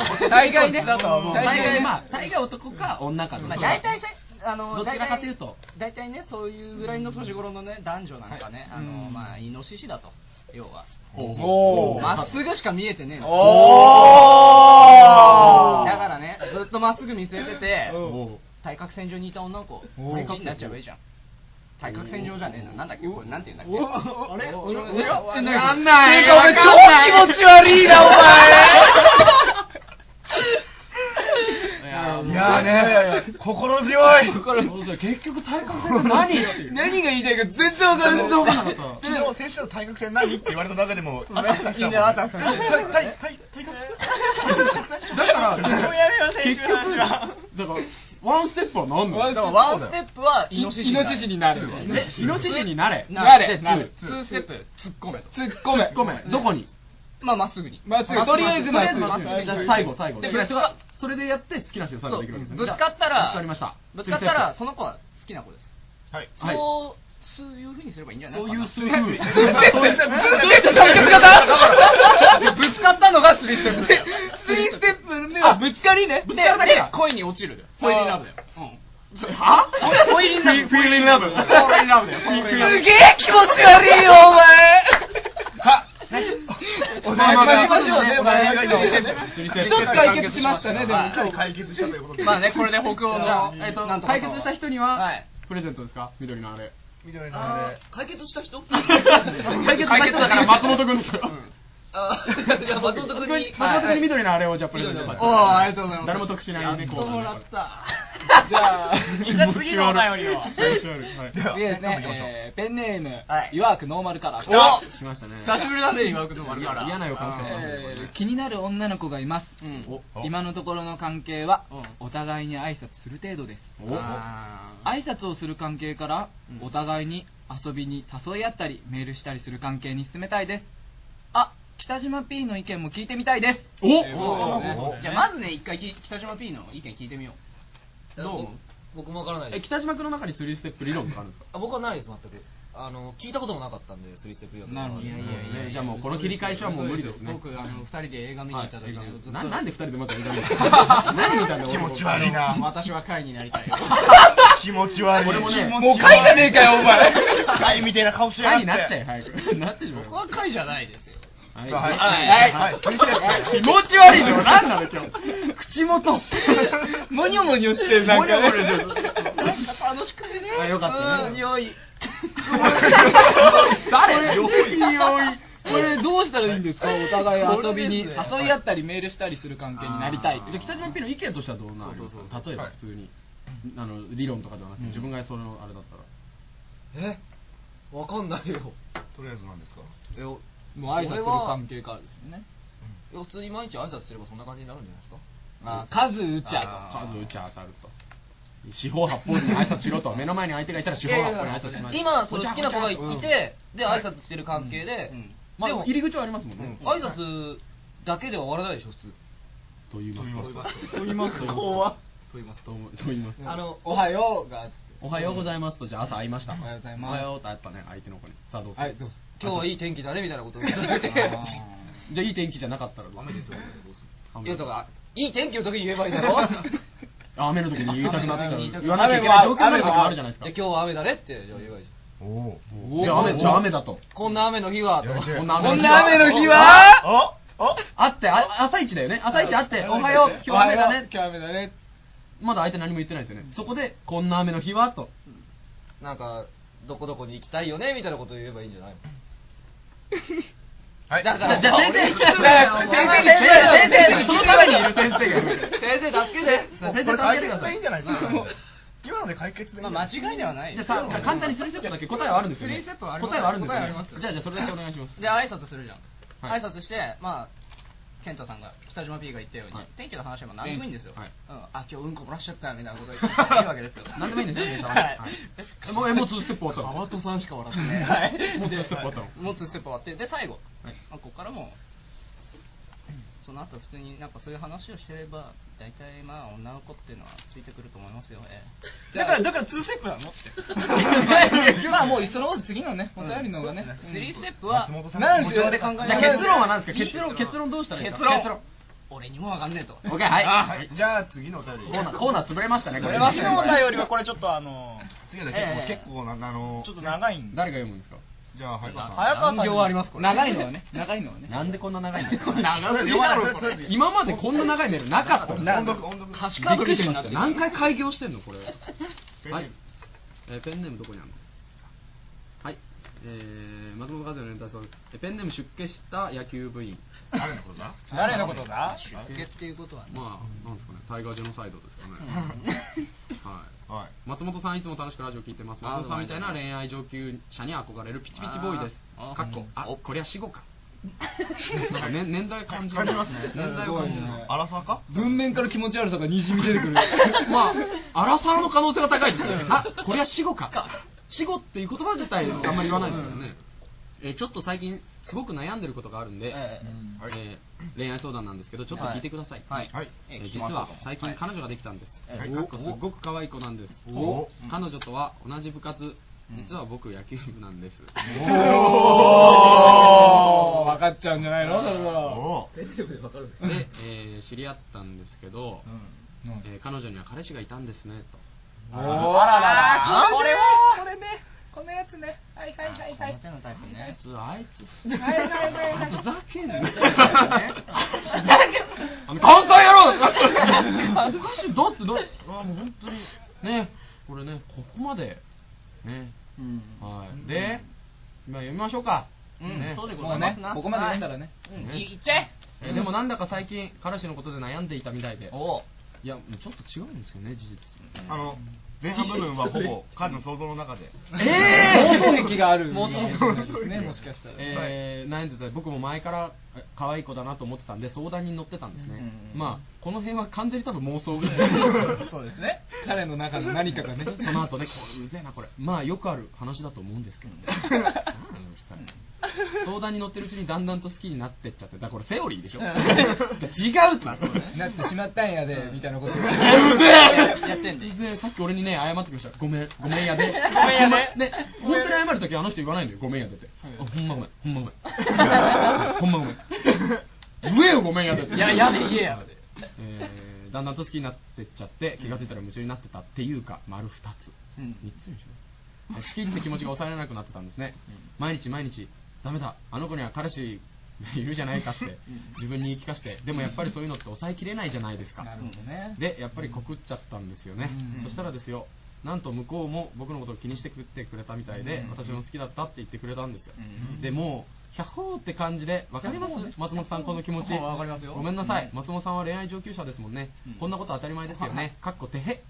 B: 大体
C: 大概ね
B: だとは思う
C: 大
A: 大
C: 概
A: 概、
C: ね
A: まあ、大概男か女か、
B: まあ大体さあの
A: どちらかというと
B: 大体大体ねそういうぐらいの年頃のね男女なんかねあのまあイノシシだと要は
C: おー
B: まっすぐしか見えてねえの
C: おー
B: だからねずっとまっすぐ見せてて
A: おう
B: 対角線上にいた女の子
C: おー
B: 対角になっちゃえばいいじゃん対角線上じゃねえななんだっけこれなんて言うんだっ
C: お
B: け
C: あれ
B: お
C: 俺
B: 俺
C: やってない
B: なんない
C: てか俺超気持ち悪いなお
D: いやーね心強い
A: そうだよ結局対角線が何よっていう
C: 前何が言いたいか全然わかんない
A: 全然わかんなかった
D: 昨日の先週の対角線何って言われた中でも、あった
B: いいねあったあった
D: はいはいはい対角
A: だから、だから
B: やめよう先週の話は
A: ワンステップは何な
C: ワンステ
A: の
B: だ
C: ッ
B: か
C: プ
B: らワンステップは
C: イ
B: イ
C: ノ
B: ノ
C: シ
B: シ
C: シ
B: シ
C: になる
A: ねイノシシになれ。
B: な
C: れ
A: で
C: なれ
A: ツー
B: ツーステップ
A: 突っ込めと。
C: 突っ込め
A: ごめん、どこに
B: まあまっすぐに
C: まっすぐとりあえずまっすぐ
A: とりあえずまっすぐじゃあ最後、最後。で、それそれでやって好きな人に最後できるわけですね
B: ぶつかったら
A: ぶつかりました。
B: ぶつかったらその子は好きな子です
D: はい
A: はい
B: そうそういうふうにすればいいんじゃない
A: そ
B: か
A: う
B: な
A: いう数風。
B: ぶつかったのがスリーステップだよスリーステップ目はぶつかりねぶつかるだけだ恋に落ちるだよ
A: フォイリンラブだよ。
B: はフォイリンラブフィーリンラブフォイリンラブだよすげえ気持ち悪いよお前
C: お題
B: まあ
C: やりましょうね
B: お題やりましょうね
C: お題やりましょうね一つ解決しましたねでも今日
D: 解決したということで、
B: まあねこれで北欧
A: じ
B: の
A: ゃあ、えっと
B: なん、とか
A: 解決した人に
B: は、
A: はいプレゼントですか緑のあれ。
D: 緑のあれ、
F: 解決した人
A: 解決した人だから松本君ですよ。
F: あー じゃあ松本君に
A: 松本君に緑のあれをじゃあプレゼントします
B: おおありがとうございます
A: 誰も得しないね、こう。
B: もらった
C: じゃあ
B: 次のお便りを
C: いいですねえーペンネーム
B: はい
C: いわくノーマルカラー
B: お
A: 来ましたね。
B: 久しぶりだね岩倉君もあるから
A: 嫌な予感しかしない
C: えー気になる女の子がいます
B: うん
C: 今のところの関係は
B: うん
C: お互いに挨拶する程度です
A: お
B: あー
C: 挨拶をする関係からお互いに遊びに誘い合ったりメールしたりする関係に進めたいですあ北島 P の意見も聞いてみたいです
B: おじゃあまずね一回き北島 P の意見聞いてみようどう思う
F: 僕もわからない
A: え
F: です
A: 北島君の中に3ステップ理論とかあるんですか
F: あ僕はないです全くあの聞いたこともなかったんでスリーステップ理論とか
C: なるほどいやいやい
A: じゃあもうこの切り返しはもう無理ですね
B: 僕あの二人で映画見に行った時のずっと
A: ななんで2人でまた見たんですか何見たんだ
D: 気持ち悪いな
B: 私は会になりたいよ
D: 気持ち悪い、
A: 俺もね
D: もう回じゃねえかよ、お前、回みたいな顔しやがっ
A: 会
D: て、
A: になっちゃえ早くなってしまう
B: 僕は会じゃないですよ
A: はい
D: はい
B: はい
D: はい
A: 気持ち悪いのよ何なの今日
C: 口元モニョモニョしてる なんかね
B: なんか楽しくてね
A: あよかったね
B: うん匂い
A: 誰よ
C: これどうしたらいいんですかお互い遊びに誘い合ったりメールしたりする関係になりたい
A: じゃあ北島 P の意見としてはどうなるんですか例えば普通にあの理論とかじゃなくて自分がそのあれだったら
F: えわかんないよ
D: とりあえずなんですか、
F: えお
C: もう挨拶する
F: 俺は
C: 関係からですね
F: いや普通に毎日挨拶すればそんな感じになるんじゃないですか
C: まあ数打ちゃ
A: 数打ちゃ当たると四方八方に挨拶しろと目の前に相手がいたら四方八方に挨拶します
F: 今その好きな子がいてで挨拶してる関係で、
A: まあ
F: でも
A: 入り口はありますもんね
F: 挨拶だけでは終わらないでしょ普通
A: と言いますと
F: と言いますと
A: 怖
F: 言います
A: と言います
F: あの
C: うおはようが
A: おはようございますとじゃあ朝会いましたお
C: おはようございます
A: おはようとやっぱね相手の子にさあどうする
C: はいどうぞ
F: 今日はいい天気だねみたいなことを言って
A: じゃあいい天気じゃなかったら雨ですよ
F: いやだからいい天気の時に言えばいいだ ろ
A: 雨の時に言いたくなっ てき
C: 雨
A: たら言わなきゃいけない状況になる時もあるじゃない
F: じゃあ
A: です
F: 今日は雨だねってじゃあ言えばいいじ
D: おお、
A: かいや雨じゃあ雨だと
F: ゃんこんな雨の日はと
D: やめて
A: こん
D: あ
C: こん
A: は
C: な雨の日は
D: ああ
A: あってあ朝一だよね朝一あっておはよう今日雨だね
C: 今日雨だね
A: まだ相手何も言ってないですよねそこでこんな雨の日はと
F: なんかどこどこに行きたいよねみたいなことを言えばいいんじゃない
D: はい、
F: だから
A: じゃあ先生
F: だから
A: 先
F: 先
A: 生
F: 生
A: に
F: に
A: 先生そのためにいる先生がいる
F: 先生助けて
A: 先
D: こ
A: 生
D: れ解
A: 助けてくだ
D: 決
A: さ
D: でいい
A: い
D: んじゃないですか、もう今ので解決でいいんじゃ
B: ま
D: な
B: あ
D: い
B: 間違いではない
A: じゃあさ簡単にスリーステップだけ答えはあるんですよね
B: スリーステップはあります
A: 答えはあるんですよ
B: 答え
A: ね
B: はあります
A: じゃあじゃあそれだけお願いします
B: で挨拶するじゃん、
A: はい
B: 挨拶してまあ健太さんが北島 P が言ったように、
A: はい
B: 天気の話も何でもいいんですよ、
A: はい
B: うん、あ今日うんこ漏らしちゃったみた いなこと言っていいわけですよ
A: 何でもいいんですね
B: は
A: はい
B: い、
A: えもうえもう2ステップ終わったの
B: 川戸さんしか笑って
A: ね
B: ない
A: もう2ステップ終わったの
B: もう2ステップ終わってで最後、まあ、ここからもその後普通になんかそういう話をしてれば大体まあ女の子っていうのはついてくると思いますよ、ええ、だからだから2ステップなのって
C: まあもういっそのこと次のねお便りの方がね
B: 3ステップは
D: 松本さん
B: なんですよ俺考え
A: じゃあ結論は何ですか結論結論どうしたらいいですか
B: 結論俺にもわかんねえと
A: OK はい
D: あはい、じゃあ次のお便り
A: コーナーコーナー潰れましたねこれ
E: 私のお便りはこれちょっとあの
D: 次の
B: ええ
D: 結構、結構な、あの
E: ちょっと長いんで
A: 誰が読むんですか
D: じゃあ、はい、
E: 早川さんに
B: はありますこれ
C: 長いのはね長いのはね
A: なんでこんな長いんですか
B: 長すぎだろこれ
A: 今までこんな長いメールなかった
D: 音読、音読、
B: 歌詞カー
A: び
B: ド
A: っくりし
B: み
A: たま
B: いにな
A: し
B: ったて
A: よ
B: る
A: 何回開業してんのこれ
D: ペンネーム
A: はい、えーペンネームどこにあるのはいえー、松本和也の連帯そうペンネーム出家した野球部員
D: 誰のことだ
C: 誰のことだ
B: 出 家っていうことはね
A: まあなんですかねタイガージェノサイドですかね、はい、
D: はい
A: 松本さんいつも楽しくラジオ聞いてます松本さんみたいな恋愛上級者に憧れるピチピチボーイです
B: あー
A: かっこあこりゃ死後かなんか、ね、年代感じる
D: 感じますね
A: 年代を感じる
D: アラサーか
C: 文面から気持ち悪さがにじみ出てくる
A: まあ、アラサーの可能性が高いですね。あ、これは死後か。死後っていう言葉自体あんまり言わないですからね。えーちょっと最近すごく悩んでることがあるんで、
B: ええ
D: はい
A: えー恋愛相談なんですけどちょっと聞いてください。
B: はいはい
A: えー
B: ええ聞
A: 実
B: きます
A: は最近彼女ができたんです。
D: はい
A: おかっこすっごく可愛い子なんです。
D: お
A: 彼女とは同じ部活。実は僕野球部なんです。
C: おお分かっちゃうんじゃないのそれは
D: お
A: で、えー知り合ったんですけど、えー彼女には彼氏がいたんですねと。
C: おあららら
F: これはこれね
B: はいはい手のタイプ
A: あい
B: ね
A: つ、あいつ。
F: はいはいはいはい
A: ふざけんな。ふざけんあの、関西野郎だって。おかしい、だって、だあもう本当に。ね、これね、ここまで。ね。
B: うん
A: はい。で、今読みましょうか。
B: うん
A: ね
B: そうでご
C: も
B: ざ
C: う
B: い
C: ね
B: ますな
C: ここまで読んだらね
B: うん
A: ね
B: いいっちゃえ
A: えでもなんだか最近、彼氏のことで悩んでいたみたいで。
B: おお
A: いや、もうちょっと違うんですよね、事実と。
D: あの前半部分はほぼ彼の想像の中で
A: え
C: 妄想癖がある
A: 妄想癖
C: ですねもしかしたら
A: えー悩んでた僕も前からえ可愛い子だなと思ってたんで相談に乗ってたんですね、
B: うん
A: まあこの辺は完全に多分妄 想ぐらい
B: そうですね
C: 彼の中の何か がね
A: その後ねこれうぜえなこれまあよくある話だと思うんですけ どね相談に乗ってるうちにだんだんと好きになってっちゃってだからこれセオリーでしょ 違うって、そう ね
C: なってしまったんやでみたいなこと言っ
A: えうぜえ
B: やってんで
A: ぜえさっき俺にね謝ってきましたごめんごめんやでごめんやでね本当に謝るときあの人言わないんだよごめんやでって、あほんまごめんほんまごめんほんまごめん言えよごめんやでって
B: いややで言えやで
A: えーだんだんと好きになってっちゃって気がついたら夢中になってたっていうか丸2つ
B: うん
A: 3つにしよう好きって気持ちが抑えられなくなってたんですね毎日毎日ダメだあの子には彼氏がいるじゃないかって自分に言い聞かせてでもやっぱりそういうのって抑えきれないじゃないですか
C: なるほどね
A: でやっぱり告っちゃったんですよね、そしたらですよなんと向こうも僕のことを気にしてくってくれたみたいで、私も好きだったって言ってくれたんですよ、でもうキャッホーって感じで分かります、松本さんこの気持ち
B: わかりますよ
A: ごめんなさい、松本さんは恋愛上級者ですもんね、こんなこと当たり前ですよねかっこてへ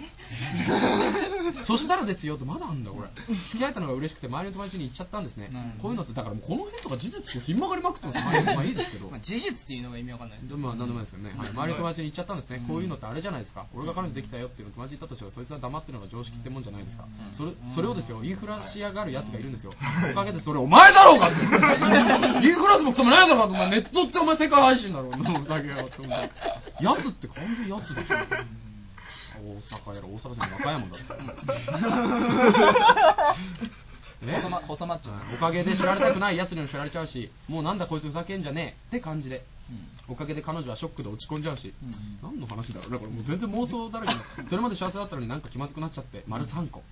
A: そしたらですよとまだあんだこれ付き合えたのが嬉しくて周りの友達に言っちゃったんですね、こういうのってだからもうこの辺とか事実とひん曲がりまくってますまあまあいいですけど
B: まあ事実っていうのが意味わかんないです
A: で
B: けど
A: もまあ何でもないですけどね、はい、周りの友達に言っちゃったんですね、こういうのってあれじゃないですか、俺が彼女できたよっていうの友達に言ったとしても、そいつは黙ってるのが常識ってもんじゃないですか、それそれをですよ、言いふらしやがるやつがいるんですよ、おかげでそれ、お前だろうがって、 言いふらすもくそもないだろうがって、お前ネットってお前世界配信だろうが、お前だけよって思って、やつって完全にやつでしょ。大阪やら大阪じゃない和歌山だって、ね、
C: 収ま収まっちゃう
A: おかげで知られたくないやつにも知られちゃうしもうなんだこいつふざけんじゃねえって感じで、おかげで彼女はショックで落ち込んじゃうし、何の話だろうだからもう全然妄想だ らけでそれまで幸せだったのになんか気まずくなっちゃって丸3個、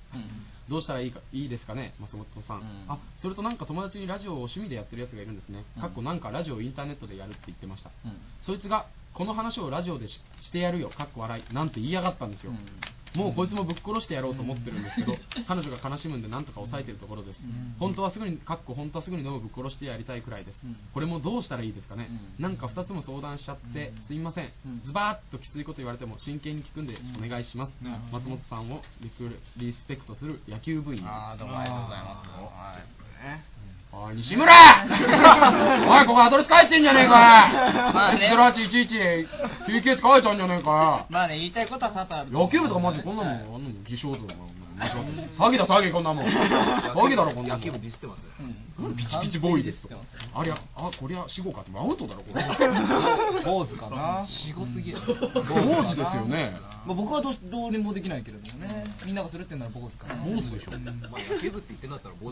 A: どうしたらいいかいいですかね松本さん、あそれとなんか友達にラジオを趣味でやってるやつがいるんですね、かっこなんかラジオをインターネットでやるって言ってました、そいつがこの話をラジオでししてやるよかっこ笑いなんて言いやがったんですよ、もうこいつもぶっ殺してやろうと思ってるんですけど、彼女が悲しむんでなんとか抑えてるところです、本当はすぐにかっこ本当はすぐに飲むぶっ殺してやりたいくらいです、これもどうしたらいいですかね、なんか2つも相談しちゃって、すいません、ズバーッときついこと言われても真剣に聞くんでお願いします、松本さんをリクリスペクトする野球部員です
B: ああどうもありがとうございますはい
A: おい西 村おいここアドレス書いてんじゃねえか
B: あね
A: 0811 TK って書いてあんじゃねえか
B: まあね言いたいことは多々ある
A: 野球部とかマジでこんなもん、あんなもん偽証とか詐欺だ詐欺こん なもん詐欺だろこんなもん野球部ディスってますピチピチボーイですとかありゃあこりゃ死後かってアウトだろこ れ
C: 坊主かな
B: 死後すぎる
A: 坊主ですよね
C: まあ、僕はどうどうにもできないけれどもね、みんながするってんなら坊主かな、
A: 坊主でしょ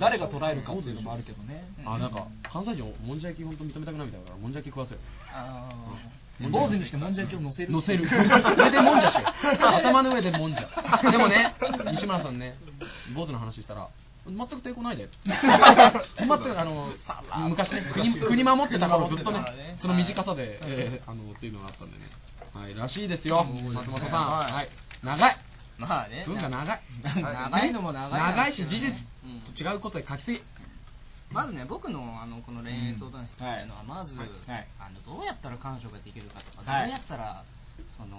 C: 誰が捉えるかっていうのもあるけどね、
A: あなんか関西人もんじゃ焼き本当認めたくないみたいだからもんじゃ焼き食わせる
B: あ
C: 坊主にしてもんじゃ焼きを乗せる、
A: 乗せる上でもんじゃしよ 頭の上でもんじゃでもね西村さんね坊主の話したら全く抵抗ないで全くあの昔ね国国守ってたからずっとねその短さで、えーあのっていうのがあったんでねはいらしいですよ松本さんはい、長い
B: まあね
A: 文が長い
B: 長いのも長いなん
A: 長
B: で
A: い
B: す
A: し
B: けど
A: 事実
B: ねうん
A: と違うことで書きすぎ
B: まずね僕のあのこの恋愛相談室っていうのはまず、
E: はいはい
B: あのどうやったら彼女ができるかとか、
E: はい
B: どうやったらその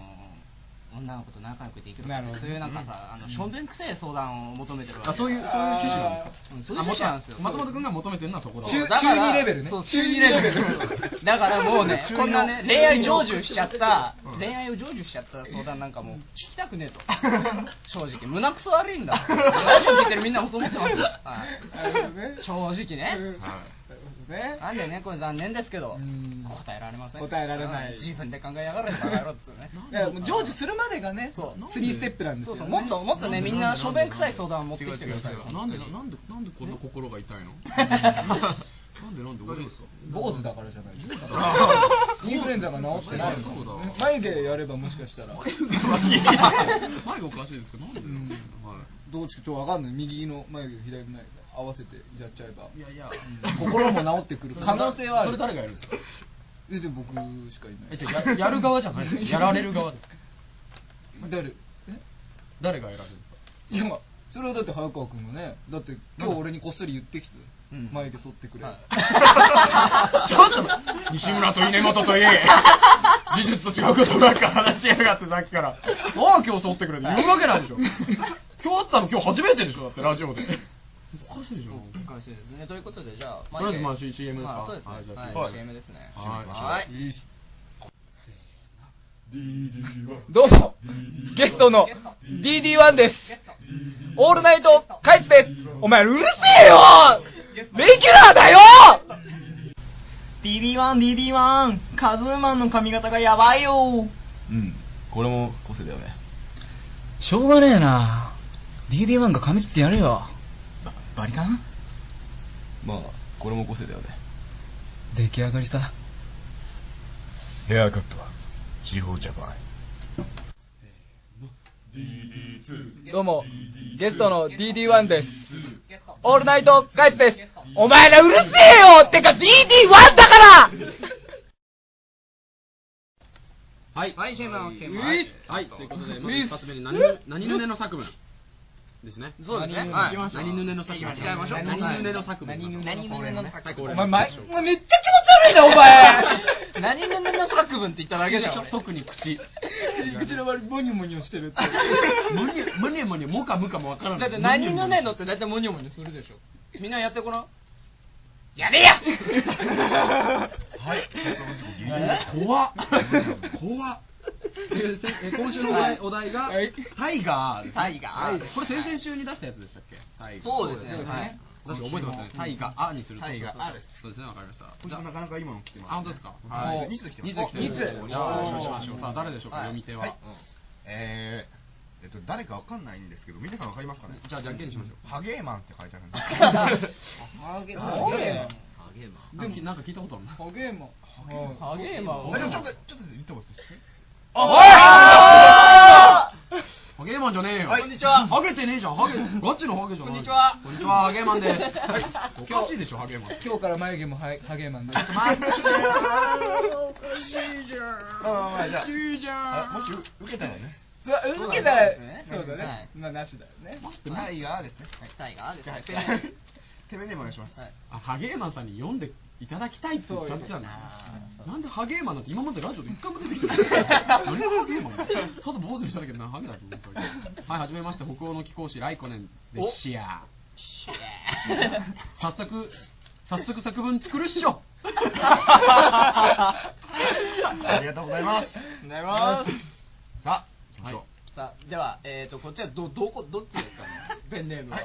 B: 女の子と仲良くできる
E: な
B: か
E: る
B: と
E: ほ
B: か
E: ど
B: そういうなんかさ、あのしょんべんくせえ相談を求めてるわけ
A: あそういうそういう趣旨なんですか
B: うんそういう趣旨なんですよ
A: あ松本君が求めてるのはそこだ
B: そう
A: わ
B: だから
C: 中二レベルね
B: そう
C: 中
B: 中
C: 二
B: 二
C: レベ
B: レベ
C: ル
B: ルだからもうねこんなね恋愛成就しちゃった恋愛を成就しちゃった相談なんかもう聞きたくねえと正直胸くそ悪いんだラジオ聞いてるみんなもそう思ってますよ、はい
C: なるほどね
B: 正直ね、
C: うんなるほどね
B: なんでね、これ残念ですけど
C: うん、
B: 答えられません。
C: 答えられない
B: うん自分で考えやがれ、バカ野郎っつうね。
C: だからもう成就するまでがね
B: そう
C: スリーステップなんです
B: そ
C: よ
B: う
C: ね
B: そう、もっともっとね、みんなしょべんくさい相談を持って
A: 違う
B: きてく
A: 違う違
B: ださいよ。
A: うなんでなんでなんでこんな心が痛いのなんでなんで俺ですか
C: 坊主だからじゃないですか
A: あ
C: インフルエンザが治ってないのか
A: そうだわ
C: 眉毛やればもしかしたら
A: 前がおかしいですけどなんでだろうねは
C: どっちかちょっとわかんない右の眉毛左の眉毛合わせてやっちゃえば
A: いいやいや
C: 心も治ってくる可能性はある
A: それ誰がやるんですか
C: えでも僕しかい
A: え
C: な
A: じ
C: い
A: ゃあややる側じゃな いですやられる側ですか
C: 誰え
A: 誰がやられるんですか
C: いやまあそれはだって早川君がねだって今日俺にこっそり言ってきて
B: うん
C: 眉毛剃ってくれ、
A: ちょっと待って西村と稲本といい事実と違うことばっか話しやがってさっきからああ今日剃ってくれて言うわけないでしょ今日会ったの今日初めてでしょだってラジオでおかしいでしょ
B: うんおかしいですね。ということで、じゃあ、
A: とりあえずまあ
B: 一回
A: CM ですか
B: まあそうですね
A: はいじゃあ
B: はい
A: CM
B: CM ですね。
A: はい
B: はい。
C: どうもゲストの DD1 ですオールナイトカイツですお前うるせえよレギュラーだよ
B: DD1DD1 カズーマンの髪型がやばいよ
G: うんこれも個性だよね
B: しょうがねえな DD1 が髪切ってやれよ
G: バ
B: バリカン
G: まあこれも個性だよね
B: 出来上がりさ
G: ヘアカットは地方ジャパン
C: どうもゲストの DD1 ですオールナイトカイツですお前らうるせえよってか DD1 だから
A: はい
B: はい CM は OK
A: はいはいということでまず一発目に何ぬ何ぬねの作文ですね
B: そうですね
A: 何
B: はい
A: ぬねの作文何ぬねの作文
B: いきましょ
A: 何ぬね
B: う
A: の作文
B: 何ぬねの作文
A: はいこれ
C: お前前めっちゃ気持ち悪いなお前
B: 何々の作文って言っただけじゃん俺
A: 特に口
C: 口の周りモニョモニョしてるって
A: むにゃむにゃむにゃもかむかもわからな
B: だ
A: い
B: って何のねのって大体モニョモニョするでしょみんなやってごらん
C: や れや
D: はいその事故ギリギリでした
A: 怖っ怖っえーせえー今週のお題お題が
C: はい
A: タイガーですね
B: タイガー
A: これ先々週に出したやつでしたっけタイガー
B: そうですね
A: はい確か覚えてますねタイガーにすると
B: タイガー
A: そうそうそうそうですねわかりました
D: こいつ
A: じゃあ
D: なかなか今の来てます
A: あ本当ですか
D: はい
A: 二
D: 二通
A: 通来
D: 来
A: て
D: て
A: ま
D: ますす
A: 二通
B: お
A: じゃあ
B: おー
A: しましょうしましょうさあ誰でしょうか
B: はい
A: 読み手
D: はい
A: は
D: えーえっと誰かわかんないんですけど皆さんわかりますかね
A: じゃあじゃんけんにしましょう
D: ハゲーマンって書いてある んです
B: ハ
C: ハゲ
B: ゲ
C: マン
B: ハゲマ
A: なんかなんか聞いたことあるな
C: ハゲーマン
B: ンハゲマン
D: えでもちょっとちょっと言ってもらっていいですか
B: あ
A: ハゲーマンじゃねえよ
B: はいこんにちは
A: ハゲてねえじゃんハ ゲガチのハゲじゃない
B: こんにちは
A: こんにちはハゲーマン ですおかしいでしょハゲーマン
C: 今日から眉毛もハハゲーマンです
D: ああじゃあ
A: いいじゃ
D: あもし受けたらね
C: うわ受けたら
B: そうだね
C: ねまあなしだよね
D: タイガーですねはい
B: タイガーですね
D: じゃあてめえでもお願いします
B: はい
A: あハゲーマンさんに読んでいただきたいって言っちゃってたね
B: そう
A: なんでハゲーマンなんて今までラジオで一回も出てきてない何がハゲーマンだただ坊主にしただけでなハゲだと思ったけどはいはじめまして北欧の貴公子ライコネンでっしや早速早速作文作るっしょ
D: ありがとうございます
B: なります
D: さあ
A: はい
D: 行こ
B: さあではえっとこっちはどどこどっちですかねペンネームは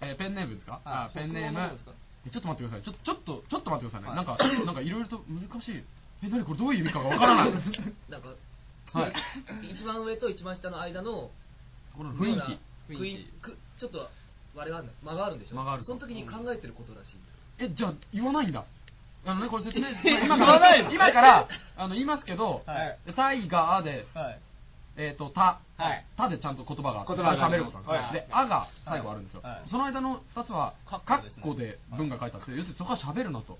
A: えーペンネームですか
B: はい
A: あペンネーム
B: 北欧のどうですか
A: えちょっと待ってくださいちょちょっとちょっと待ってくださいね
B: はい
A: なんか なんかいろいろと難しいえ何これどういう意味かがわからない
F: なんか、
A: はい
F: 一番上と一番下の間の
A: この雰囲気
F: クイーンくちょっと割れがあるの間があるんでしょ
A: 間があると
F: その時に考えてることらしい、
A: えじゃあ言わないんだあのねこれ 説明
B: 言
A: 今か
B: わない
A: ら
B: の
A: 今からあの言いますけど、
B: はい
A: タイガーで
B: はい
A: えっ、とタ
B: はい
A: タでちゃんと言葉があって
B: 言葉が
A: 喋
B: あり
A: る
B: ます
A: ことなんですね、で「あ」が最後あるんですよ、
B: はい
A: その間の2つは
B: カッコ
A: カ
B: で
A: ッ
B: すね
A: コで文が書いてあって、要するにそこは喋るなと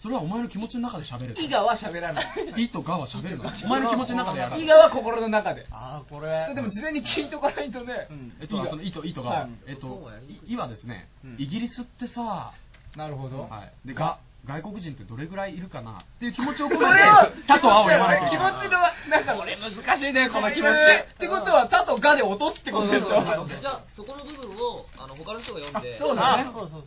A: それはお前の気持ちの中で喋る
C: 伊賀は喋らない
A: いとがは喋るのお前の気持ちの中でやる
C: 伊賀は心の中で
B: ああこれ
C: でも事前に聞いとかないとね、
A: うんえっと、その意図意図が
C: はい、
A: えっと、い意はですね、イギリスってさ、
C: なるほど、
A: はい、でが外国人ってどれぐらいいるかなっていう気持ちを込めて
C: それは、
A: 他と青をやらなきゃい
C: 気
A: け
C: 持
A: ない
C: ちの、なんか俺難しいね、この気持ち。ってことは、他とがで落とすってことでしょ。
F: じゃあそこの部分をあの他の人が読んで
C: そうだね
B: あ。そうそうそう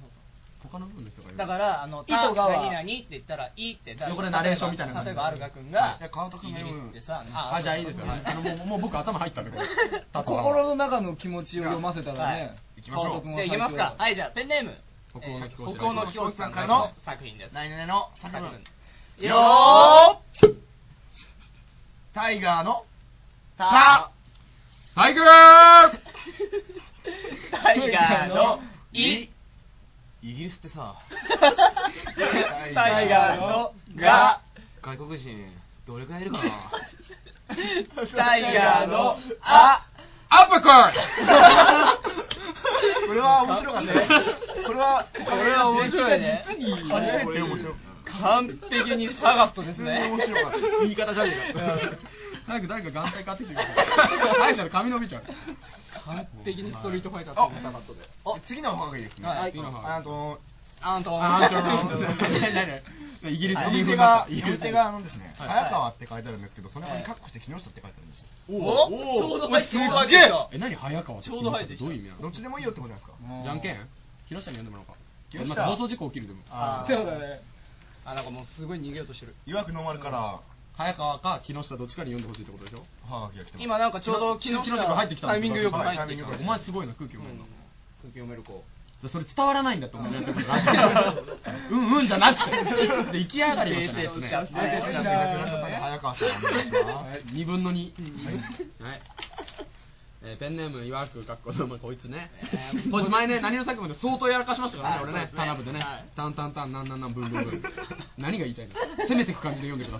A: 他の部分の人が言う
B: だからあの「
C: 糸が
B: た何々」って言ったら「い」ってだから
A: 横でナレーションみたいな感じ
B: 例
A: で
B: えばあるが君が
D: いや川戸君が
B: イギ
D: 読
B: リ
D: む
B: スってさ
A: あじゃあいいですよ、はい、あの もうもう僕頭入ったんで これ他と青
C: 心の中の気持ちを読ませたら
B: は
C: ね
B: い。
D: 行きましょう
C: 川戸君
B: じ
C: は
B: ゃあい
C: 最強
B: きますか。はいじゃあペンネーム
A: 北欧の
B: えー
A: 貴公子
B: 北欧の貴公子さんから
D: はい
B: の作品です
D: 来年の作
B: 作
D: 文
B: 品よー
D: タイガーの
B: た
A: 最高
B: タイガーのい
D: イギリスってさ
B: タイガーのが
D: が外国人どれくらいいるかな
B: タイガーのあ
A: アップコール
D: これは面白かったねこれはこれは面白いね
B: 実に
D: 初めて面白い
B: 完璧にサガットです
D: 普通に
B: ね
D: 面白かった言い方じゃねえか
A: 早く誰か眼帯買ってきて ください歯医者で髪伸びちゃう
B: 完璧にストリートファイター
D: あ
B: とサガットで
D: 次の方がいいですね
B: はい
A: 次の方がいい
D: あと
B: アントン
A: あーちょっ と何何イギリス
D: はい
A: 人
D: 右手
A: 風
D: が
A: だ
D: 右手があのですね
A: はい
D: 早川って書いてあるんですけどその横にカッコして木下って書いてあるんですよ
B: おおちょうど入ってきた
D: すげえ
A: え何早川って
B: ちょうど入ってきた
A: どういう意味な
D: どっ
A: の
D: ちでもいいよってことですか
A: じゃんけん木下に呼んでもらおうか
D: 木下
A: また放送事故起きるでも
B: あ
C: そうだね。
B: あなんかもうすごい逃げようとしてる
D: いわくノーマルからは
A: 早川か木下どっちかに呼んでほしいってことでしょ
D: がきが来てます
B: 今なんかちょうど木下
A: が入ってきた
B: タイミングよく入
D: タ
B: っ
D: イ
B: て
D: ミング
B: きた
D: よく
A: お前すごいな空気読めるの
B: 空気読める子
A: でそれ伝わらないんだって思うやってるからうんうんじゃなくてで行き上がりま したね
B: 出てっちゃったね
D: 出てっちゃったねなくなっちゃったね早川さんお願いします
A: 2分の2はいえーペンネームいわくかっこのまあこいつね
B: えー
A: こいつ前ね何の作文で相当やらかしましたからね
B: はい
A: 俺
B: そう
A: ね
B: ですね
A: 田辺でね
B: はい
A: タンタンタンなんなんなんブンブンブ ン何が言いたいの攻めてく感じで読んでくだ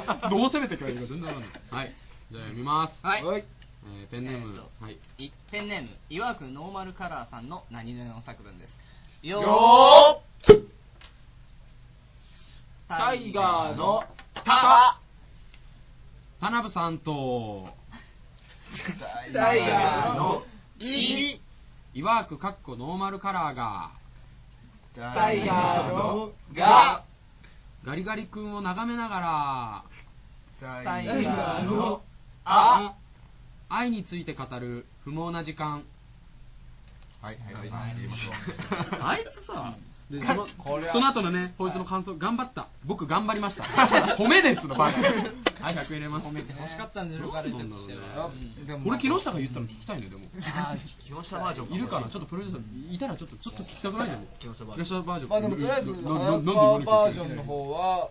A: さいどう攻めてくれるか全然わかんないはいじゃあ読みます
B: はい
A: えーペンネーム
B: えーと
A: はい
B: いペンネームいわくノーマルカラーさんの何々の作文ですよー
A: タイガーの
B: タ
A: 田辺さんと
B: タイガー
A: の
B: イ
A: いわくかっこノーマルカラーが
D: タイ
B: ガー
D: の
B: が
A: ガリガリ君を眺めなが
D: タ
B: タ
D: イ
B: イ
D: ガ
B: ガ
D: ー
B: ー
D: の
B: の
A: らあ愛について語る不毛な時間
D: はいはいはい言いましょ
A: あいつさ でそのその後のねこいつの感想頑張った僕頑張りました 褒めですのバカはい100入れます褒めて
B: 欲しかったんでしょ
A: どうなんだろうね
D: うでも
A: これ木下が言ったの聞きたいねでも
B: あ
D: 木下バージョン
A: いるかなちょっとプロデューサーいたらちょっとちょっと聞きたくないでも木下バージョン
C: まあでもとりあえず、
A: な
C: 早
A: なな
C: 川
A: んで
C: バージョンの方は、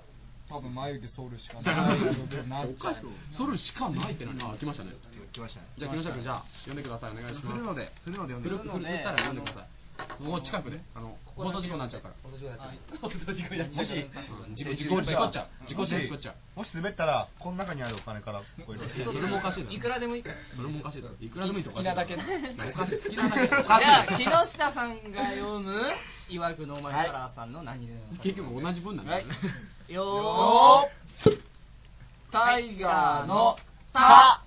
C: 多分眉毛剃るしかないことになっ
A: お
C: ちゃ
A: か
C: う
A: しくそれしかないってなあ来ましたね
D: 来ましたね
A: じゃあ木下君じゃあ読んでくださいお願いしま
D: 振
A: す
D: るので振るので読んで
A: 振る
D: くださ
A: 振
D: い
A: るったら読んでくださいもう近くであの放送事故になっちゃうから
D: もし
A: うん事故事故事故っちゃう事故っちゃう事故っちゃう
D: もし滑ったらこの中にあるお金からこれ
A: いやそれもおかしいだろ
B: いくらでもいいから
A: それもおかしいだろいくらでもいいとおかしい
C: 好きなだけな
A: おかしい好きなだけお
B: じ
A: かしい
B: ゃあ木下さんが読むいわくノーマルカラーさんの何々の作文
A: 結局同じ分なんだよね
B: よータイガーのタ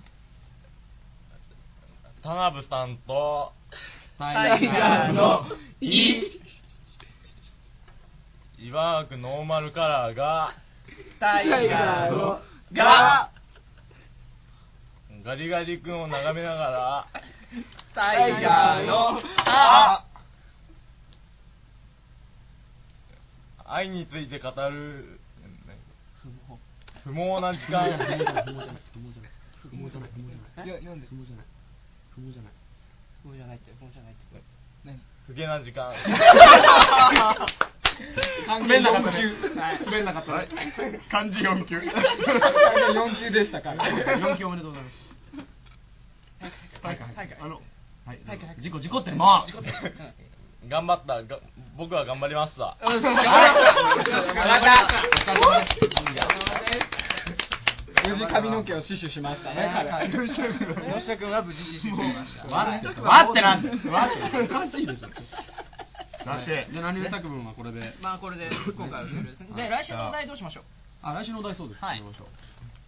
E: 田辺さんと
B: タイガーのイ
E: いわくノーマルカラーが
B: タイガーのガ
E: ガリガリ君を眺めながら
B: タイガーのア
E: 愛について語る不毛な時
A: 不毛じゃな
E: 間
A: い不毛じゃない不毛じゃない不毛じゃない
C: いや、読んで
A: 不。毛じゃない不毛じゃない
B: もうじゃないってもうじゃないって
E: 不毛な時間
A: 滑んなかったね滑んなかったね漢字4級
C: 4級でしたから。
A: 4級おめでとうございますはいはいはい
D: あの
A: はい事故事故ってもう
E: 頑張ったが僕は頑張りました
C: 無事髪の毛を死守しましたね、彼。
B: 吉田君は無事死守しました
A: わってなんだよわっておかしいでしょ
D: だって
A: じゃあ何々作文はこれで、
B: まあこれで福岡ルールですねで来週のお題どうしましょう
A: あ来週のお題そうです、
B: はい
A: 行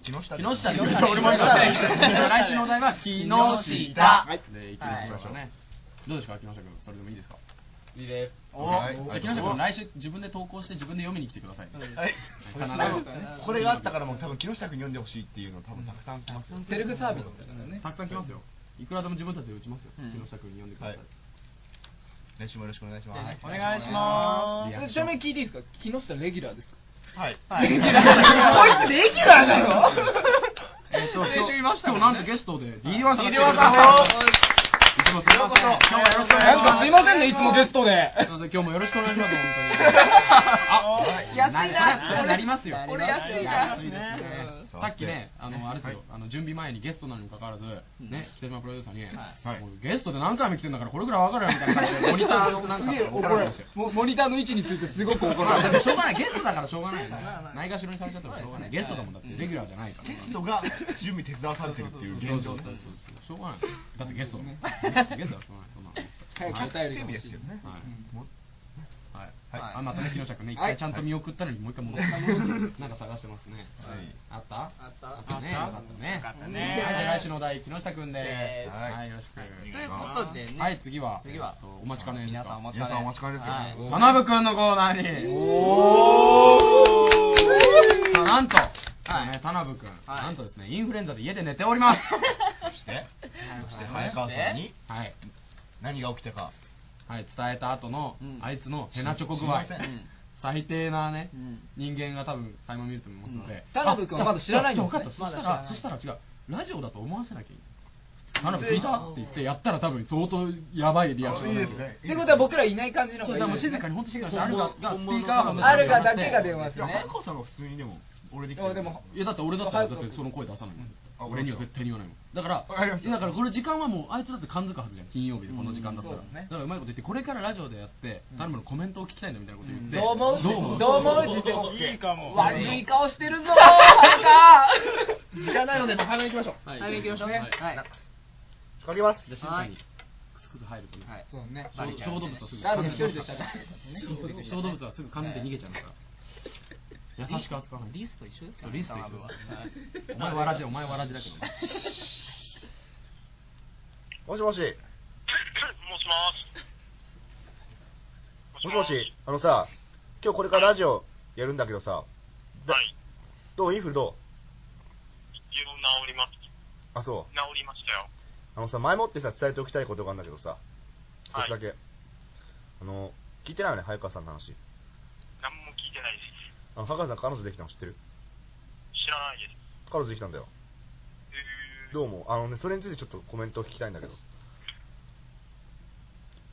A: きましょう
I: 木下
A: 木下で
I: で
A: 行きましょう俺も行きましょう来週のお題は木下はいで行きましょうねどうですか木下君それでもいいですか
E: いいです
A: お
D: はい
A: じゃあ木下君来週自分で投稿して自分で読みに来てくださいね
I: はい
A: 必ず
I: これがあったからもう多分木下君読んでほしいっていうの多分たくさん来ますよ
C: セルフサービスみたいなのね
A: たくさん来ますよいくらでも自分たちで打ちますよ、
B: うん
A: 木下君に読んでください、
I: はい来週もよろしくお願いします
B: お
C: お願いし
A: ま
C: ますすちなみに聞いていいですか木下レギュラーですか
I: はい
C: こいつレギュラーだろ
A: えっと今
B: 先週
A: 日
B: いました
A: 今
B: もん
A: 日な
B: ね
A: んとゲストで D1 さんが来てくれて
I: ようこ
A: ます
I: そ
A: いつもすいません今日はよろし
C: なんか
A: くお願いします
C: すいませんねいつもゲストで
A: なので今日もよろしくお願いします本当に。あ、
B: 安いな
A: それはなりますよ。
B: これ安いな
A: 安いですね
D: うん
A: さっきね、あのあれですよ、あの準備前にゲストなのにもかかわらず、ね、北島プロデューサーに、
D: い
A: もうゲストで何回も来てんだからこれぐらいわかるよみたいな感じでモニターをなんか
C: すげえ怒
A: 怒ら
C: ら
A: れ
C: れ
A: ま
C: ま
A: し
C: したた
A: よ。
C: もモニターの位置についてすごく怒
A: ま
C: られ
A: あだ
C: ま
A: っ
C: してた
A: しょうがないゲストだからしょうがないよねないがしろにされちゃったからしょうがないゲストだもんだってレギュラーじゃないから
D: ゲ
A: ね
D: ストが準備手伝わされてるっていう
A: そう
D: 現
A: そ
D: 状
A: う
D: ね
A: そうそうしょうがないだってゲストだもんゲストだからしょうがないそんなの
C: 早くお便りが
D: テレビ
C: 欲
D: で
C: し
D: す
C: い
D: けどね
A: はい
D: もう
A: はい、
D: はい
A: あまたね木下君ね一
C: は
A: 回
C: い
A: ちゃんと見送ったのにもう一回戻って、 なんか探してますね、
D: はい
A: あったあ
B: った
A: あったねよかったね
B: よかったね
A: はいじゃあ来週のお題木下君で
B: です
D: す
A: はい、
D: はい
A: よろしく
B: ということでね
A: はい次は
B: 次は
A: えっとお待ちかねです
B: 皆さんお
A: か
B: 待ちかね
D: 皆さんお待ちかねですよ
B: はい
A: 田辺君のコーナーにさあなんと、ね、田辺君、
B: はい
A: なんとですねインフルエンザで家で寝ております
D: そしてそして
B: はい
D: 早川さんに
A: はい
D: 何が起きたか
A: はい、伝えた後の、
B: うん
A: あいつのヘナチョコ具合
D: すいません
A: 最低なね、
B: うん
A: 人間が多分最後見ると思いますので、
C: ん田辺君はまだ知らないんですね
A: あじゃあ分かったそしたら、
B: まだ
A: そし
B: 知
A: た
B: ら
A: ら
B: な
A: 違うラジオだと思わせなきゃいけない田辺君いたって言ってやったら多分相当やばいリアクションになる
C: ってことは僕らいない感じの
A: そ
C: 方
A: う
C: がい
A: だ
C: い
A: からも
C: で
A: う
C: す
A: 静
C: ね
A: かに本当静かにしてアルガがスピーカー
C: アルガだけが電話です
D: いや
C: ね
D: 早川さんは普通にでも俺できて
C: あでも
A: いやだって俺だったらだってその声出さないもん
D: あ
A: 俺には絶対に言わないもんだから
D: わかりました
A: だからこれ時間はもうあいつだって感づくはずじゃん金曜日でこの時間だったら、
C: うんそうだね
A: だからうまいこと言ってこれからラジオでやって田辺のコメントを聞きたいんだみたいなこと言って、
C: どう思うどう思う自分
E: いいかも
C: 悪い顔してるぞ早川
A: 時間ないのでもう早めに行きましょう
B: はい行きましょうね
A: はい
B: はい
I: 仕掛けます
A: じゃあ静かにクスクス入るとね、
B: はい
C: そうね
A: 小小動物はすぐ
C: ラーメン一人でしたから
A: 小動物はすぐ噛んで逃げちゃうから優しく扱わない
B: リスと一緒ですか
A: そう
B: ら
A: リスと一緒
B: 田辺
A: お
B: は
A: 前わらじお前わらじだけどね
I: もしもしもしもしもしもしあのさ今日これからラジオやるんだけどさ
J: はい。
I: どうインフルど
J: 一応治りま
I: う
J: す。
I: あそう
J: 治りましたよ。
I: あのさ前もってさ伝えておきたいことがあるんだけどさ一
J: はい
I: つだけ、あの聞いてないよね早川さんの話
J: 何も聞いてないです。
I: あの早川さん彼女できたの知ってる
J: 知らないです。
I: 彼女できたんだよ
J: えー、
I: どうもあのねそれについてちょっとコメントを聞きたいんだけど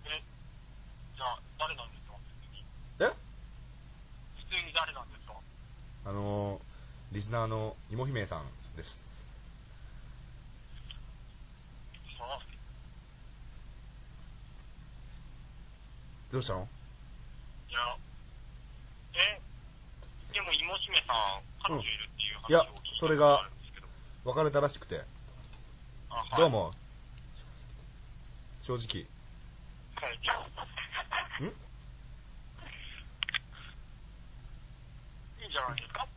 J: え、じゃあ、誰なんですか
I: え
J: 普通に誰なんですか
I: あのリスナーの芋姫さんです
J: はあ
I: どうしたの
J: いや、え、でも、芋姫さん、彼女いるっていう
I: うんいや
J: 話を聞い
I: それ
J: た
I: が
J: ことあるんですけど。
I: 別れたらしくて
J: あはい
I: どうも正直
J: はい。
I: ん
J: いいんじゃないですか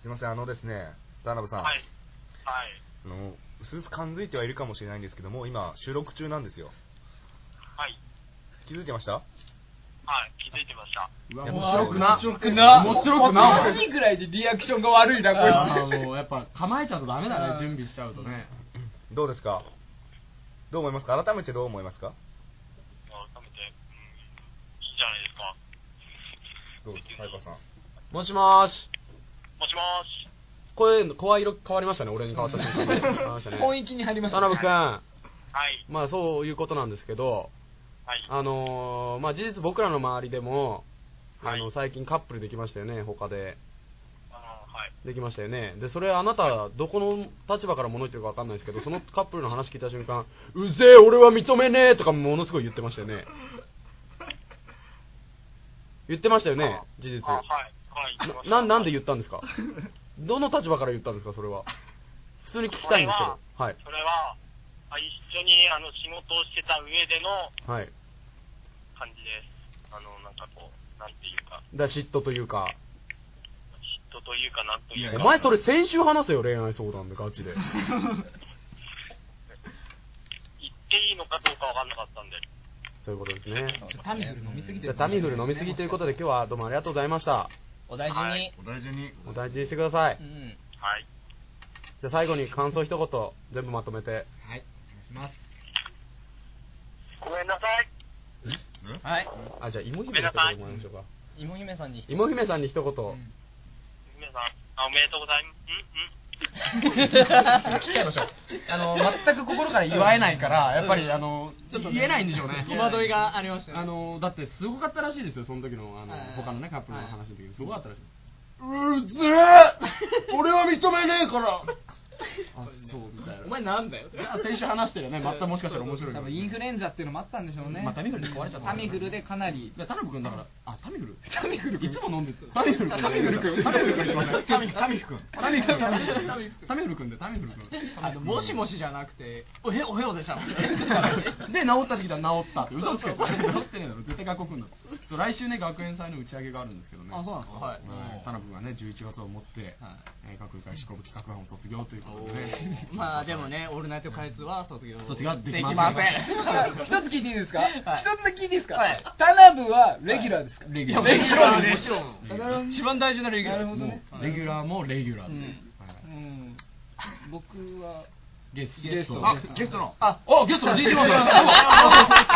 I: すいませんあのですね田辺さん、
J: はい。はい。
I: あのうすうす感づいてはいるかもしれないんですけども今収録中なんですよ
J: はい。
I: 気づいてました
J: はい。気づいてました。
A: うわ
I: いや
A: 面白くな
C: 面白くな
A: 面白くな
C: 恐ろしいくらいでリアクションが悪いな
A: あ
C: こい
A: ーもうやっぱ構えちゃうとダメだね準備しちゃうとね
I: どうですかどう思いますか改めてどう思いますか
J: 改めて、うん、いいじゃないですか。
I: どうですか早川さん
H: もしもーし
J: もしもーし。
H: 声の声色変わりましたね俺に変わった瞬間に変わりました
C: つ
H: ね
C: 本域に入りまし
H: 田
C: た
H: 辺君
J: はい。
H: まあそういうことなんですけど
J: はい。
H: あのーまあ事実僕らの周りでもあ
J: は
H: の
J: い
H: 最近カップルできましたよね他で
J: あのはい。
H: できましたよねでそれあなたどこの立場から物言ってるか分かんないですけどそのカップルの話聞いた瞬間「うぜえ俺は認めねえ」とかものすごい言ってましたよね言ってましたよね事実
J: あはい。はい。
H: ななんで言ったんですかどの立場から言ったんですかそれは普通に聞きたいんですけどはい
J: それは、あ一緒にあの仕事をしてた上での
H: はい
J: 感じです。あの、なんかこう、なんていうか、
H: だ嫉妬というか
J: 人というかなんというか。
H: お前それ先週話せよ恋愛相談でガチで
J: 言っていいのかどうかわかんなかったんで。
H: そういうことですね
B: タミフル飲みすぎて
H: じゃあタミフル飲みすぎということで今日はどうもありがとうございました
B: お大事に。
D: お大事に。
H: お大事にしてください
B: うん。
J: はい。
H: じゃあ最後に感想一言全部まとめて
A: はい。お願いします。
J: ごめんなさい。
B: はい。
H: あじゃあ芋姫の人もらいましょうか
B: 芋姫さんに。
H: 芋姫さんに一言、
J: 皆さん、あおめでとうございます。んん
A: 切っちゃいましょう。あの全く心から祝えないから、やっぱりあの
B: ちょっとね
A: 言えないんでしょうね。
B: 戸惑いがありましたね
A: あのだってすごかったらしいですよ。その時のあの
B: はい
A: 他のねカップルの話の時すごかったらしい。
C: うぜえ俺は認めねえから
A: あそうみたいな。
C: お前なんだよ
A: いや先週話してるよね。またもしかしたら面白い
C: 多
A: よ
C: 分インフルエンザっていうのもあったんでしょうね
A: まあタミフルで壊れちゃった
C: タミフルでかなり
A: いや、タミフ君だから、あ、タミフル。
C: タミフル君
A: いつも飲んでる。タミフル君。
C: タミフル君
A: タミフル君にしません。
D: タミタミフ君
A: タミフル君。タミフル君で、タミフル君。
C: あのもしもしじゃなくておへおへお でしたもんね
A: で、治った時だ、治ったって、嘘つけ。治ってねえだろ、絶対学校来んだろ。そう、来週ね、学園祭の打ち上げがあるんですけどね。
C: あそうなんですかはい
A: タナ君がね、11月をもって、えー学園祭執行部企画班を卒業ということでね。
B: まあでもね、オールナイト開通は卒業
A: 卒業できませ
C: 一
A: ん
C: つ聞いていいですか、
B: はい
C: 一つだけ聞いていいですか、
B: はい
C: 田辺はレギュラーですか、
A: レギュラー
C: レギュラーで
A: も
C: す
A: ちろん
C: なるほどね
B: 一番大事なレギュラー
C: なるほどね
A: レギュラーもレギュラー
C: う
A: で。
C: ん
A: はい
C: うん僕は
A: ゲス
C: ゲスト
A: あ、ゲストの。あ、お、ゲストの DJ マンさん。
C: あ
A: あ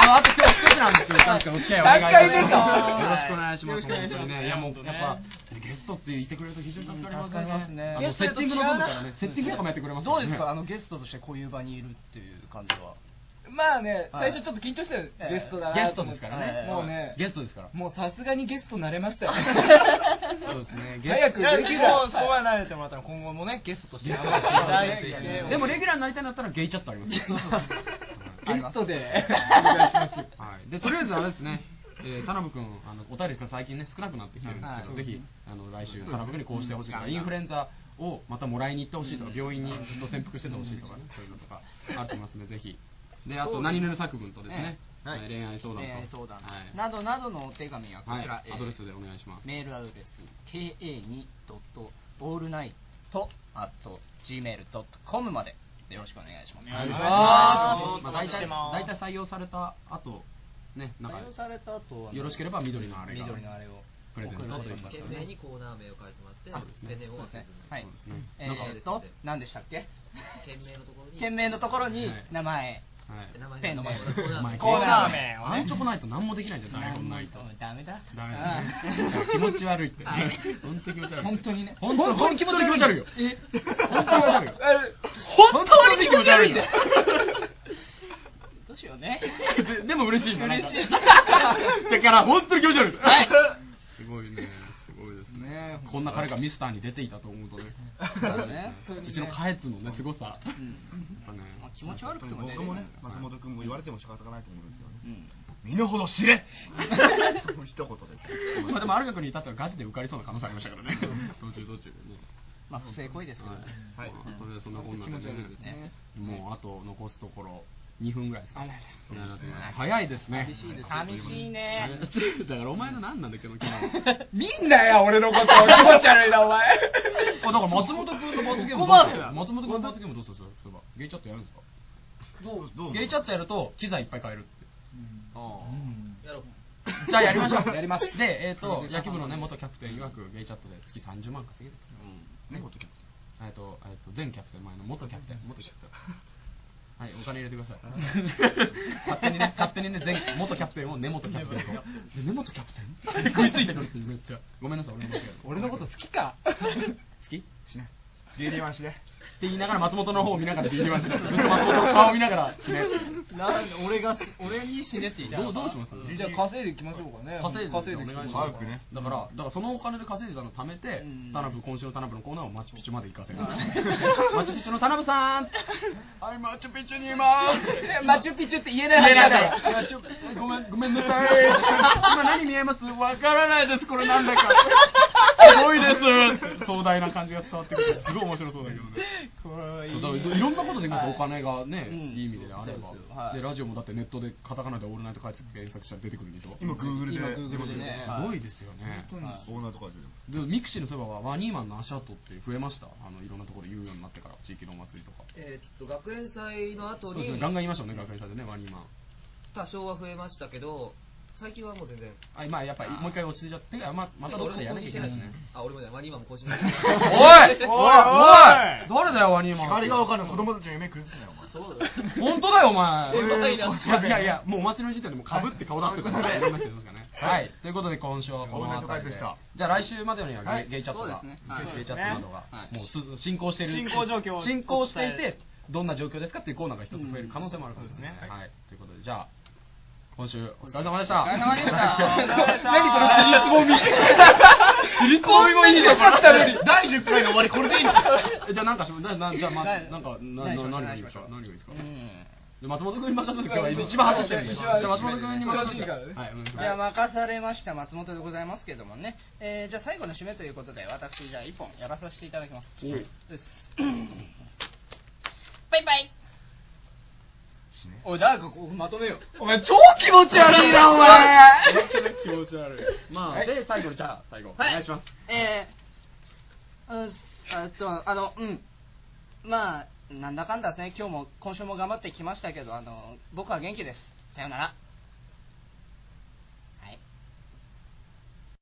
A: の、あと今日少しなんですけど、なんかお付き合いお願いいた
C: 何
A: し
C: 回目
A: ま
C: か
A: す。よろしくお願いしま
C: よろ
A: す。
C: し
A: 本
C: くお願いします
A: 当にね、いやもう
C: 本当
A: や
C: ね
A: っぱゲストって言ってくれると非常に助かりますね。
C: 助かりますね
A: あのセッティングの部分からね、セッティングとかもやってくれます
B: どうですか、あ
A: の
B: のゲストとしてこういう場にいるっていう感じは。
C: まあね、
B: はい
C: 最初ちょっと緊張したよ、
B: ええ
C: ゲストだな
A: ゲストですからね。
C: もうね
A: ゲストですから。
C: もうさすがにゲスト慣れましたよ
A: そうですね。ゲス
C: 早
A: ト
C: く
E: いや
C: レギュラー
E: そこは慣れてもらったら今後もねゲストとして頑張っていただいて
C: ね
A: でもレギュラーになりたいんだったらゲイチャットありますよ。
C: ゲストでお願いします
A: はい、でとりあえずあれですね、えー、田辺君、あのお便りが最近ね、少なくなってきてるんですけど、ぜひあの来週、田辺君にこうしてほしいとか、インフルエンザをまたもらいに行ってほしいとか、病院にずっと潜伏しててほしいとかね、そういうのとかあると思いますので、ぜひ。で、あと、何々作文とですね、はい恋愛相談と。
B: 恋 愛相談
A: はい
B: などなどのお手紙はこちら、
A: はい、アドレスでお願いします。
B: メールアドレス ka2.allnight.gmail.com までよろしくお願いします。
A: お願いし
B: ます
A: まあ、大体、大体採用された後、ね、なんか
B: 採用された後は
A: よろしければ緑のあれが
B: 緑のあれを
A: プレゼントということで
B: 送
A: ね
B: る
K: にコーナー名を書いてもらって、
A: そうですね
K: ペンネームを
B: そう
K: 忘
B: です
K: れ
B: ね
K: ず。
B: は
K: に
B: い
A: そうですね。
B: え
A: なんか
B: ー、っと何でしたっけ？
K: 件名のところに。
B: 件名のところに
A: はい
B: 名前。
A: はい
K: 名前
B: ペンの前
K: コーナ ー名。
B: コーナー名をね
A: アンチョコないと何もできないじゃん台本ないと
B: ダメだ。
A: ダメ
B: あ
A: だね
B: あ
A: 気持ち悪いって
B: はい
A: 本当に気持ち悪い
C: 本当にね
A: 本当本当に気持ち悪いよ
C: え
A: 本当に気持ち悪いよ
C: あれ本当に気持ち悪いんだよ
B: どうしようね。
A: ででも嬉しいね
B: 嬉しい
A: なんかだから本当に気持ち悪いすごいねすごいですねこんな彼がミスターに出ていたと思うとね
B: そうね
A: うちのカエツのねすごさやっぱね
B: まあ 気持ち悪くても出
D: 僕
B: る
D: もね、松本君も言われても仕方がないと思うんですけどね。
B: うん。
D: 身の程知れ 一言です。
A: まあでもアルガ君に至ってはガチで受かりそうな可能性ありましたからね途中途中ね
B: まあ不正行為ですけど。
A: はい、とりあえずそんなこんなで、ね
C: 気持ち悪いですね
A: もうあと残すところ2分ぐらいですか。そうですね早いですね。
B: 寂しいね
A: あっという間に。 だからお前の何なんだっけど昨日。
C: 見んなよ俺のこと気持ち悪いなお前
A: あだから松本君の罰ゲームどうする。松本君の罰ゲームどうするそれそういえばゲイチャットやるんですか。
D: どうどう
A: ゲイチャットやると機材いっぱい買えるって。ああ
K: やろう。
A: じゃあやりましょう。
C: やります
A: でえっ、と野球部のね元キャプテン曰くゲイチャットで月30万稼げると。
D: ね、元キャプ
A: えっとえっ、と前キャプテン前の元キャプテン元キャプテン。はい、お金入れてください。勝手にね、勝手にね、前元キャプテンを根本キャプテンと。え根本キャプテンって 食いついてくるってめっちゃ。ごめんなさい、俺の間違いだ
C: 俺のこと好きか
A: 好きって
D: ンしない。芸人はしね。
A: 言いながら松本の方を見ながらビビりました。ずっと松本の顔を見ながら死ね。
B: なんで俺がし俺に死ねって言いたい
A: ど
B: の
A: う
B: か
A: どう
B: な
A: します
C: じゃあ稼いでいきましょうかね
A: 稼いで
C: いでいきましょう
D: お願いしますね
A: だから、だからそのお金で稼いだの貯めて
B: うん、
A: 田辺、今週の田辺のコーナーをマチュピチュまで行かせる。マチュピチュの田辺さんはい、マチュピチュにいます
C: えマチュピチュって言えない話だから
A: ごめん、ごめんなさい。今何見えますわからないです、これなんだか。すごいです壮大な感じが伝わってくるすごい面白そうだけどねだからいろんなことできますよお金がねいい意味であればでラジオもだってネットでカタカナで「オールナイト開発」検索したら出てくるでしょ
D: 今 Google で
A: 今 Google でね
D: はい
A: すごいですよね
D: 本当にオーナーとかで出てます
A: でミクシーのそういえばワニーマンの足跡って増えましたあのいろんなところで言うようになってから地域のお祭りとか
K: えーっと学園祭の後
A: そ
K: に
A: うですねガンガン言いましたよね学園祭でねワニーマン
K: 多少は増えましたけど最近はもう全然
A: あまあやっぱりもう一回落ち着いちゃってまあまたどっかでやらなきゃいけないしね
K: あ俺もねワニマンも更新
A: おいおいおい誰だよワニーマン
D: 光がわかる子供たちの夢崩すなよお前そう
A: 本 当だよお前
D: 先輩
A: い
D: だ
A: やいやいやもうお祭りの時点でもかぶって顔出してくださいはいはいということで今週はこの辺
D: オー
A: りで
D: ルナイト会でした
A: じゃあ来週までにはゲ,、
D: はい
A: ゲイチャットが、
D: そうですねはい
A: ゲイチャットなどが、
D: はい
A: もうす進行している
D: 進行状況を
A: 進行してい
D: お伝
A: てどんな状況ですかっていうコーナーが一つ増える可能性もあるかもしれない、
D: うんそうですね
A: はい、ということでじゃあ今週お疲れ様でした。
C: お疲れ様でした
A: 何その尻つぼみ。 尻つぼみもいいじゃん。第十回の終わりこれでいいの？ じゃあなんかしななじゃあまなんかなな何がいいですか？何がいいですか？で松本君に任せて今日は一番走ってるんで。じゃあ松本君に任せて。はいお願いします
B: じゃあ任されました松本でございますけどもね、えーじゃあ最後の締めということで私じゃあ一本やらさせていただきます
A: お う
B: ですバイバイおい誰かこうまとめよ
C: お前超気持ち悪いなお前
A: 気持ち悪い。まあで最後にじゃあ最後お
B: はい
A: 願いします。
B: えー、うっすあとあのうんまあなんだかんだね今日も今週も頑張ってきましたけどあの僕は元気ですさよなら